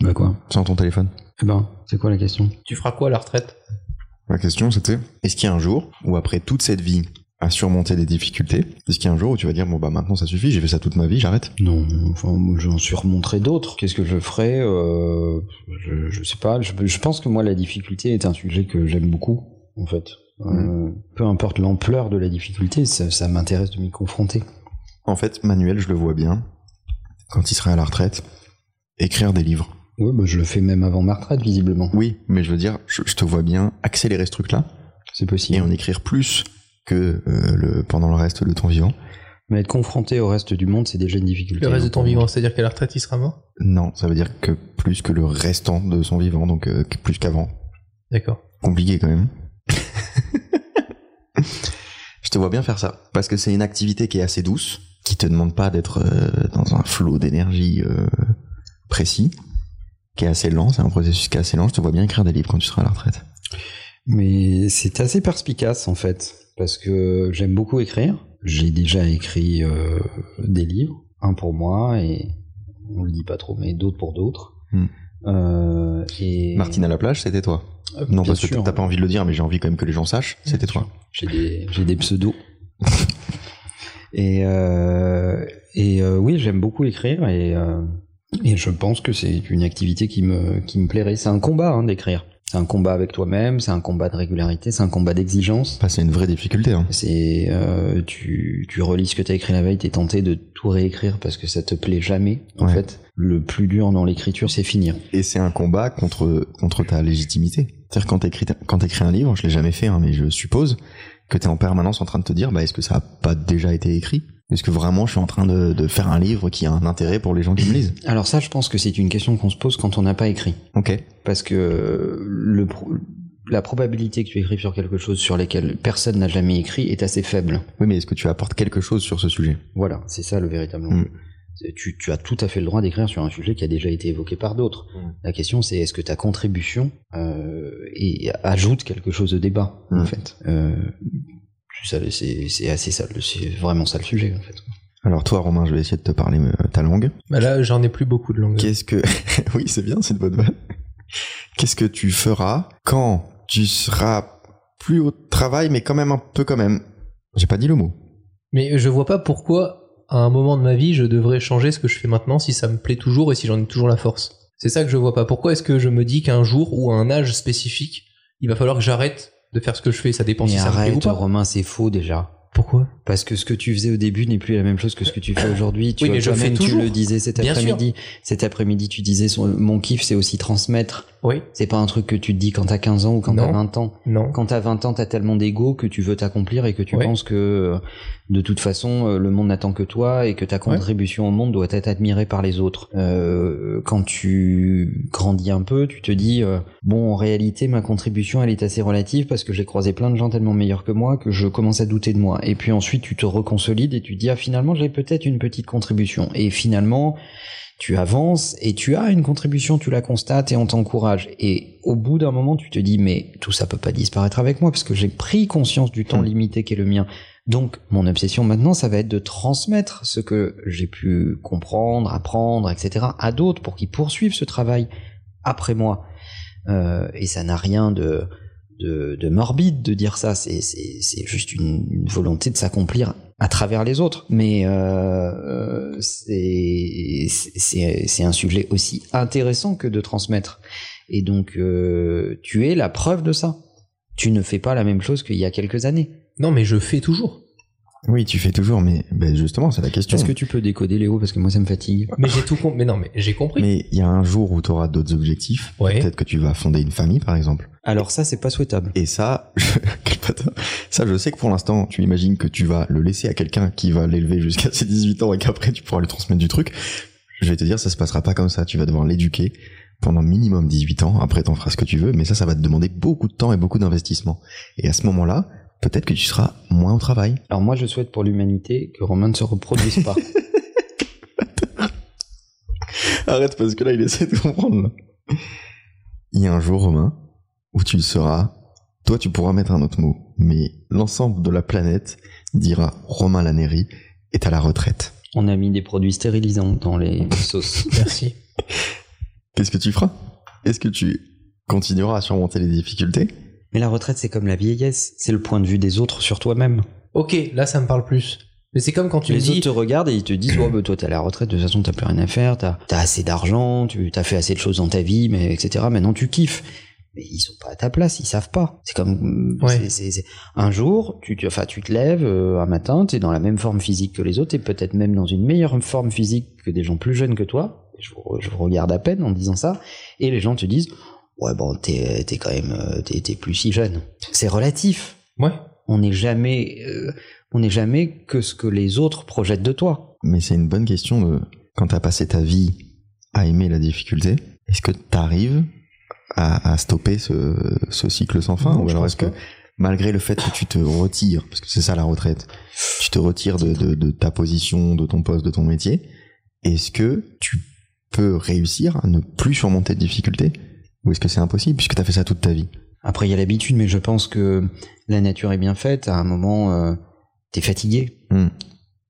Bah quoi
sans ton téléphone.
Eh ben, c'est quoi la question
Tu feras quoi à la retraite
La question c'était est-ce qu'il y a un jour où après toute cette vie à surmonter des difficultés Est-ce qu'il y a un jour où tu vas dire, bon, bah maintenant ça suffit, j'ai fait ça toute ma vie, j'arrête
Non, enfin, moi, j'en suis remontré d'autres. Qu'est-ce que je ferais euh, je, je sais pas. Je, je pense que moi, la difficulté est un sujet que j'aime beaucoup, en fait. Euh, peu importe l'ampleur de la difficulté, ça, ça m'intéresse de m'y confronter.
En fait, Manuel, je le vois bien, quand il serait à la retraite, écrire des livres.
Ouais, bah, je le fais même avant ma retraite, visiblement.
Oui, mais je veux dire, je, je te vois bien accélérer ce truc-là
C'est
et
possible.
en écrire plus que euh, le, pendant le reste de ton vivant.
Mais être confronté au reste du monde, c'est déjà une difficulté.
Le reste de ton
hein.
vivant, c'est-à-dire qu'à la retraite, il sera mort
Non, ça veut dire que plus que le restant de son vivant, donc euh, que plus qu'avant.
D'accord.
Compliqué quand même. [laughs] je te vois bien faire ça, parce que c'est une activité qui est assez douce, qui te demande pas d'être euh, dans un flot d'énergie euh, précis, qui est assez lent, c'est un processus qui est assez lent. Je te vois bien écrire des livres quand tu seras à la retraite.
Mais c'est assez perspicace en fait, parce que j'aime beaucoup écrire. J'ai déjà écrit euh, des livres, un pour moi et on le dit pas trop, mais d'autres pour d'autres.
Hmm.
Euh, et
Martine à la plage, c'était toi.
Euh,
Non,
bien
parce que
sûr.
t'as pas envie de le dire, mais j'ai envie quand même que les gens sachent, c'était toi.
J'ai des, j'ai des
[laughs]
pseudos. et euh, et euh, oui, j'aime beaucoup écrire et, euh, et je pense que c'est une activité qui me, qui me plairait. C'est un combat hein, d'écrire. C'est un combat avec toi-même, c'est un combat de régularité, c'est un combat d'exigence.
Enfin, c'est une vraie difficulté. Hein.
C'est euh, tu, tu relis ce que t'as écrit la veille, t'es tenté de tout réécrire parce que ça te plaît jamais. En
Ouais.
fait, le plus dur dans l'écriture, c'est finir.
Et c'est un combat contre, contre ta légitimité. C'est-à-dire quand t'écris, quand t'écris un livre, je l'ai jamais fait, hein, mais je suppose que t'es en permanence en train de te dire, bah, est-ce que ça a pas déjà été écrit? Est-ce que vraiment je suis en train de, de faire un livre qui a un intérêt pour les gens qui me lisent?
Alors ça, je pense que c'est une question qu'on se pose quand on n'a pas écrit,
Ok.
parce que euh, le pro- la probabilité que tu écrives sur quelque chose sur lequel personne n'a jamais écrit est assez faible.
Oui, mais est-ce que tu apportes quelque chose sur ce sujet?
Voilà, c'est ça le véritable
Mm.
enjeu. C'est- Tu, tu as tout à fait le droit d'écrire sur un sujet qui a déjà été évoqué par d'autres.
Mm.
La question, c'est est-ce que ta contribution euh, et- ajoute quelque chose au débat, en
Mm.
fait. Euh, ça, c'est c'est assez ça, le- c'est vraiment ça le sujet, en fait.
Alors toi, Romain, je vais essayer de te parler euh, ta langue.
Bah là, j'en ai plus beaucoup de langues.
Qu'est-ce que. [laughs] oui, c'est bien, c'est de bonne vanne. Qu'est-ce que tu feras quand tu seras plus au travail, mais quand même un peu quand même? J'ai pas dit le mot.
Mais je vois pas pourquoi, à un moment de ma vie, je devrais changer ce que je fais maintenant si ça me plaît toujours et si j'en ai toujours la force. C'est ça que je vois pas. Pourquoi est-ce que je me dis qu'un jour ou à un âge spécifique, il va falloir que j'arrête de faire ce que je fais Ça dépend
Mais
si ça me plaît ou
arrête,
pas.
Romain, c'est faux déjà.
Pourquoi
Parce que ce que tu faisais au début n'est plus la même chose que ce que tu fais aujourd'hui. Tu
Oui,
vois,
mais je le
toi-même,
fais
tu
toujours.
le disais cet
Bien
après-midi. Cet après-midi, tu disais son- mon kiff, c'est aussi transmettre.
Oui.
C'est pas un truc que tu te dis quand t'as 15 ans ou quand
Non.
t'as 20 ans.
Non.
Quand t'as 20 ans, t'as tellement d'ego que tu veux t'accomplir et que tu
Ouais.
penses que euh, de toute façon euh, le monde n'attend que toi et que ta contribution au monde doit être admirée par les autres. Euh, quand tu grandis un peu, tu te dis euh, bon en réalité ma contribution elle est assez relative parce que j'ai croisé plein de gens tellement meilleurs que moi que je commence à douter de moi. Et puis ensuite tu te reconsolides et tu te dis ah finalement j'ai peut-être une petite contribution. Et finalement tu avances et tu as une contribution, tu la constates et on t'encourage. Et au bout d'un moment, tu te dis, mais tout ça peut pas disparaître avec moi parce que j'ai pris conscience du temps
Mm.
limité qui est le mien. Donc, mon obsession maintenant, ça va être de transmettre ce que j'ai pu comprendre, apprendre, etc. à d'autres pour qu'ils poursuivent ce travail après moi. Euh, et ça n'a rien de, de, de morbide de dire ça. C'est, c'est, c'est juste une, une volonté de s'accomplir à travers les autres. Mais euh, c'est, c'est, c'est un sujet aussi intéressant que de transmettre. Et donc, euh, tu es la preuve de ça. Tu ne fais pas la même chose qu'il y a quelques années.
Non, mais je fais toujours.
Oui, tu fais toujours, mais ben justement, c'est la question.
Est-ce que tu peux décoder Léo parce que moi ça me fatigue.
Mais j'ai tout compris. Mais non, mais j'ai compris.
Mais il y a un jour où tu auras d'autres objectifs.
Ouais.
Peut-être que tu vas fonder une famille, par exemple.
Alors ça c'est pas souhaitable.
Et ça, [laughs] je... quel bâtard. ça, je sais que pour l'instant, tu imagines que tu vas le laisser à quelqu'un qui va l'élever jusqu'à ses 18 ans et qu'après, tu pourras lui transmettre du truc. Je vais te dire, ça se passera pas comme ça. Tu vas devoir l'éduquer pendant minimum 18 ans. Après, t'en feras ce que tu veux, mais ça, ça va te demander beaucoup de temps et beaucoup d'investissement. Et à ce moment-là, peut-être que tu seras moins au travail.
Alors moi je souhaite pour l'humanité que Romain ne se reproduise [laughs] pas.
Arrête parce que là, il essaie de comprendre. là. Il y a un jour, Romain, où tu le seras. Toi, tu pourras mettre un autre mot, mais l'ensemble de la planète dira Romain Laneri est à la retraite.
On a mis des produits stérilisants dans les sauces.
Merci.
Qu'est-ce que tu feras Est-ce que tu continueras à surmonter les difficultés
Mais la retraite, c'est comme la vieillesse, c'est le point de vue des autres sur toi-même.
[laughs] ok, là ça me parle plus. Mais c'est comme quand tu me
les
dis,
autres te regardent et ils
[clears throat]
te disent, ouais, bah, toi, t'es à la retraite, de toute façon, t'as plus rien à faire, t'as as assez d'argent, tu t'as fait assez de choses dans ta vie, mais etc. Maintenant, tu kiffes. Mais ils sont pas à ta place, ils savent pas. C'est comme, mm,
Ouais.
c'est- c'est- c'est- un jour, tu te, enfin, tu te lèves euh, un matin, t'es dans la même forme physique que les autres, et peut-être même dans une meilleure forme physique que des gens plus jeunes que toi. Je vous, re- je vous regarde à peine en disant ça, et les gens te disent, ouais, bon, t'es t'es quand même, euh, t'es t'es plus si jeune. C'est relatif
ouais,
on n'est jamais euh, on n'est jamais que ce que les autres projettent de toi
Mais c'est une bonne question de quand t'as passé ta vie à aimer la difficulté, est-ce que t'arrives à, à stopper ce, ce cycle sans fin
Non,
Ou
je
alors
pense
est-ce que
pas.
malgré le fait que tu te retires, parce que c'est ça la retraite, tu te retires de, de- de ta position, de ton poste, de ton métier, est-ce que tu peux réussir à ne plus surmonter de difficultés Ou est-ce que c'est impossible puisque t'as fait ça toute ta vie
après il y a l'habitude mais je pense que la nature est bien faite à un moment euh, t'es fatigué
Hmm.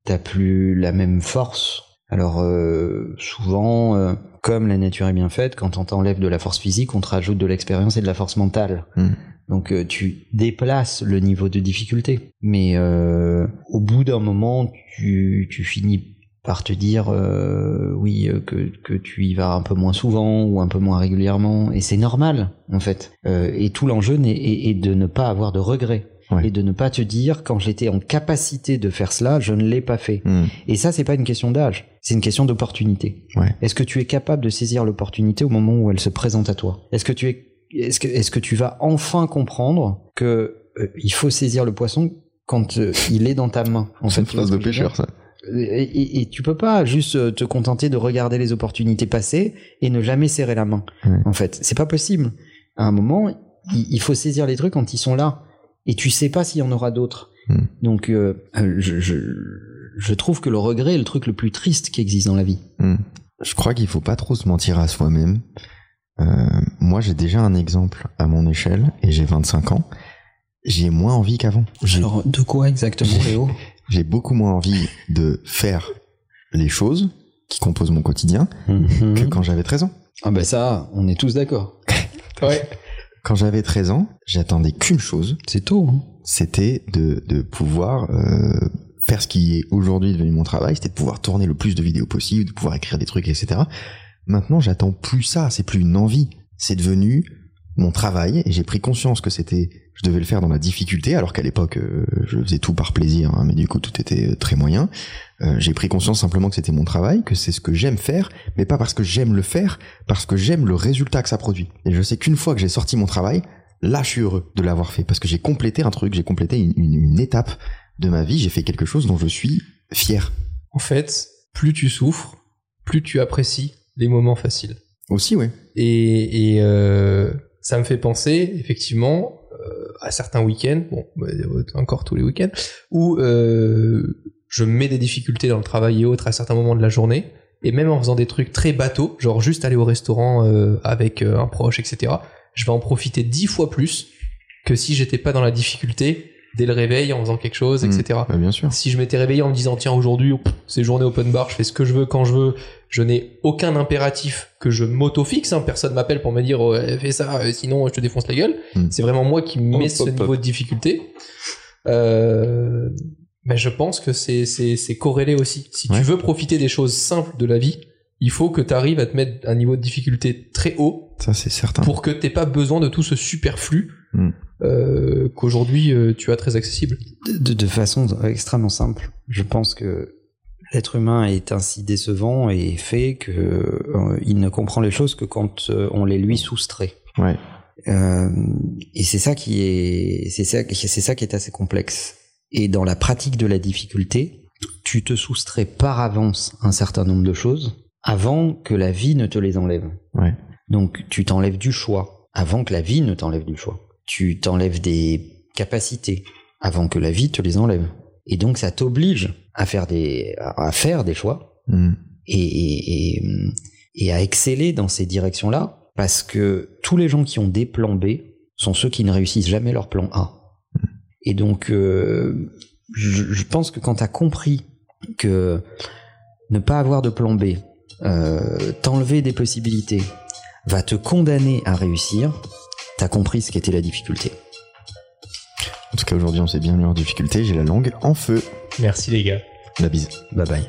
t'as plus la même force alors euh, souvent euh, comme la nature est bien faite quand on t'enlève de la force physique on te rajoute de l'expérience et de la force mentale
Hmm.
donc euh, tu déplaces le niveau de difficulté mais euh, au bout d'un moment tu, tu finis par te dire euh, oui euh, que, que tu y vas un peu moins souvent ou un peu moins régulièrement et c'est normal en fait Euh, et tout l'enjeu n'est- est, est de ne pas avoir de regrets
Ouais.
et de ne pas te dire quand j'étais en capacité de faire cela je ne l'ai pas fait
Hmm.
et ça c'est pas une question d'âge c'est une question d'opportunité
Ouais.
est-ce que tu es capable de saisir l'opportunité au moment où elle se présente à toi est-ce que tu es est-ce que est-ce que tu vas enfin comprendre que euh, il faut saisir le poisson quand euh, il est dans ta main en
C'est
fait
une
Tu vois
phrase
ce
de
que je veux dire
pêcheur ça.
et, et- et tu peux pas juste euh, te contenter de regarder les opportunités passées et ne jamais serrer la main.
Ouais.
En fait, c'est pas possible. À un moment, il, il faut saisir les trucs quand ils sont là. Et tu sais pas s'il y en aura d'autres.
Hmm.
Donc, euh, euh, je, je, je trouve que le regret est le truc le plus triste qui existe dans la vie.
Hmm. Je crois qu'il faut pas trop se mentir à soi-même. Euh, moi, j'ai déjà un exemple à mon échelle et j'ai 25 ans. J'ai moins envie qu'avant. J'ai-
Alors, de quoi exactement, Léo
J'ai beaucoup moins envie de faire les choses qui composent mon quotidien
Hmm.
que quand j'avais 13 ans.
[laughs] Ah ben ça, on est tous d'accord.
ouais.
Quand j'avais 13 ans, j'attendais qu'une chose,
C'est tôt. hein.
c'était de, de pouvoir euh, faire ce qui est aujourd'hui devenu mon travail, c'était de pouvoir tourner le plus de vidéos possible, de pouvoir écrire des trucs, etc. Maintenant, j'attends plus ça, c'est plus une envie, c'est devenu mon travail et j'ai pris conscience que c'était, je devais le faire dans la difficulté, alors qu'à l'époque, euh, je faisais tout par plaisir, hein, mais du coup, tout était euh, très moyen. Euh, j'ai pris conscience simplement que c'était mon travail, que c'est ce que j'aime faire, mais pas parce que j'aime le faire, parce que j'aime le résultat que ça produit. Et je sais qu'une fois que j'ai sorti mon travail, là je suis heureux de l'avoir fait parce que j'ai complété un truc, j'ai complété une, une- une étape de ma vie, j'ai fait quelque chose dont je suis fier.
En fait, plus tu souffres, plus tu apprécies les moments faciles.
Aussi, ouais.
Et, et, euh, ça me fait penser, effectivement, euh, à certains week-ends, bon, bah, euh, encore tous les week-ends, où euh, je me mets des difficultés dans le travail et autres à certains moments de la journée. Et même en faisant des trucs très bateaux, genre juste aller au restaurant euh, avec euh, un proche, etc., je vais en profiter dix fois plus que si j'étais pas dans la difficulté dès le réveil en faisant quelque chose,
Mm.
etc.
Bah, bien sûr.
Si je m'étais réveillé en me disant tiens aujourd'hui pff, c'est journée open bar, je fais ce que je veux quand je veux, je n'ai aucun impératif que je m'auto-fixe, hein, personne m'appelle pour me dire oh, eh, fais ça, euh, sinon je te défonce la gueule.
Mm.
C'est vraiment moi qui mets ce
Hmm. hop, hop.
niveau de difficulté. Euh, ben, je pense que c'est c'est- c'est corrélé aussi. Si
Ouais.
tu veux profiter des choses simples de la vie, il faut que tu arrives à te mettre un niveau de difficulté très haut
Ça c'est
Ah.
certain.
pour que t'aies pas besoin de tout ce superflu
Hmm.
Mm.
euh, qu'aujourd'hui euh, tu as très accessible.
de, de façon extrêmement simple. Je pense que l'être humain est ainsi décevant et fait que euh, il ne comprend les choses que quand euh, on les lui soustrait.
Ouais.
Euh, et c'est ça qui est, c'est ça, c'est ça qui est assez complexe. Et dans la pratique de la difficulté, tu te soustrais par avance un certain nombre de choses avant que la vie ne te les enlève.
Ouais.
Donc tu t'enlèves du choix avant que la vie ne t'enlève du choix. Tu t'enlèves des capacités avant que la vie te les enlève. Et donc ça t'oblige à faire des, à à faire des choix
Mm.
et, et- et, hum, et à exceller dans ces directions-là, parce que tous les gens qui ont des plans B sont ceux qui ne réussissent jamais leur plan A. Et donc, euh, je, je pense que quand tu as compris que ne pas avoir de plan B, euh, t'enlever des possibilités, va te condamner à réussir, t'as compris ce qu'était la difficulté.
En tout cas, aujourd'hui, on s'est bien mis en difficulté. J'ai la langue en feu.
Merci les gars.
La bise.
Bye bye.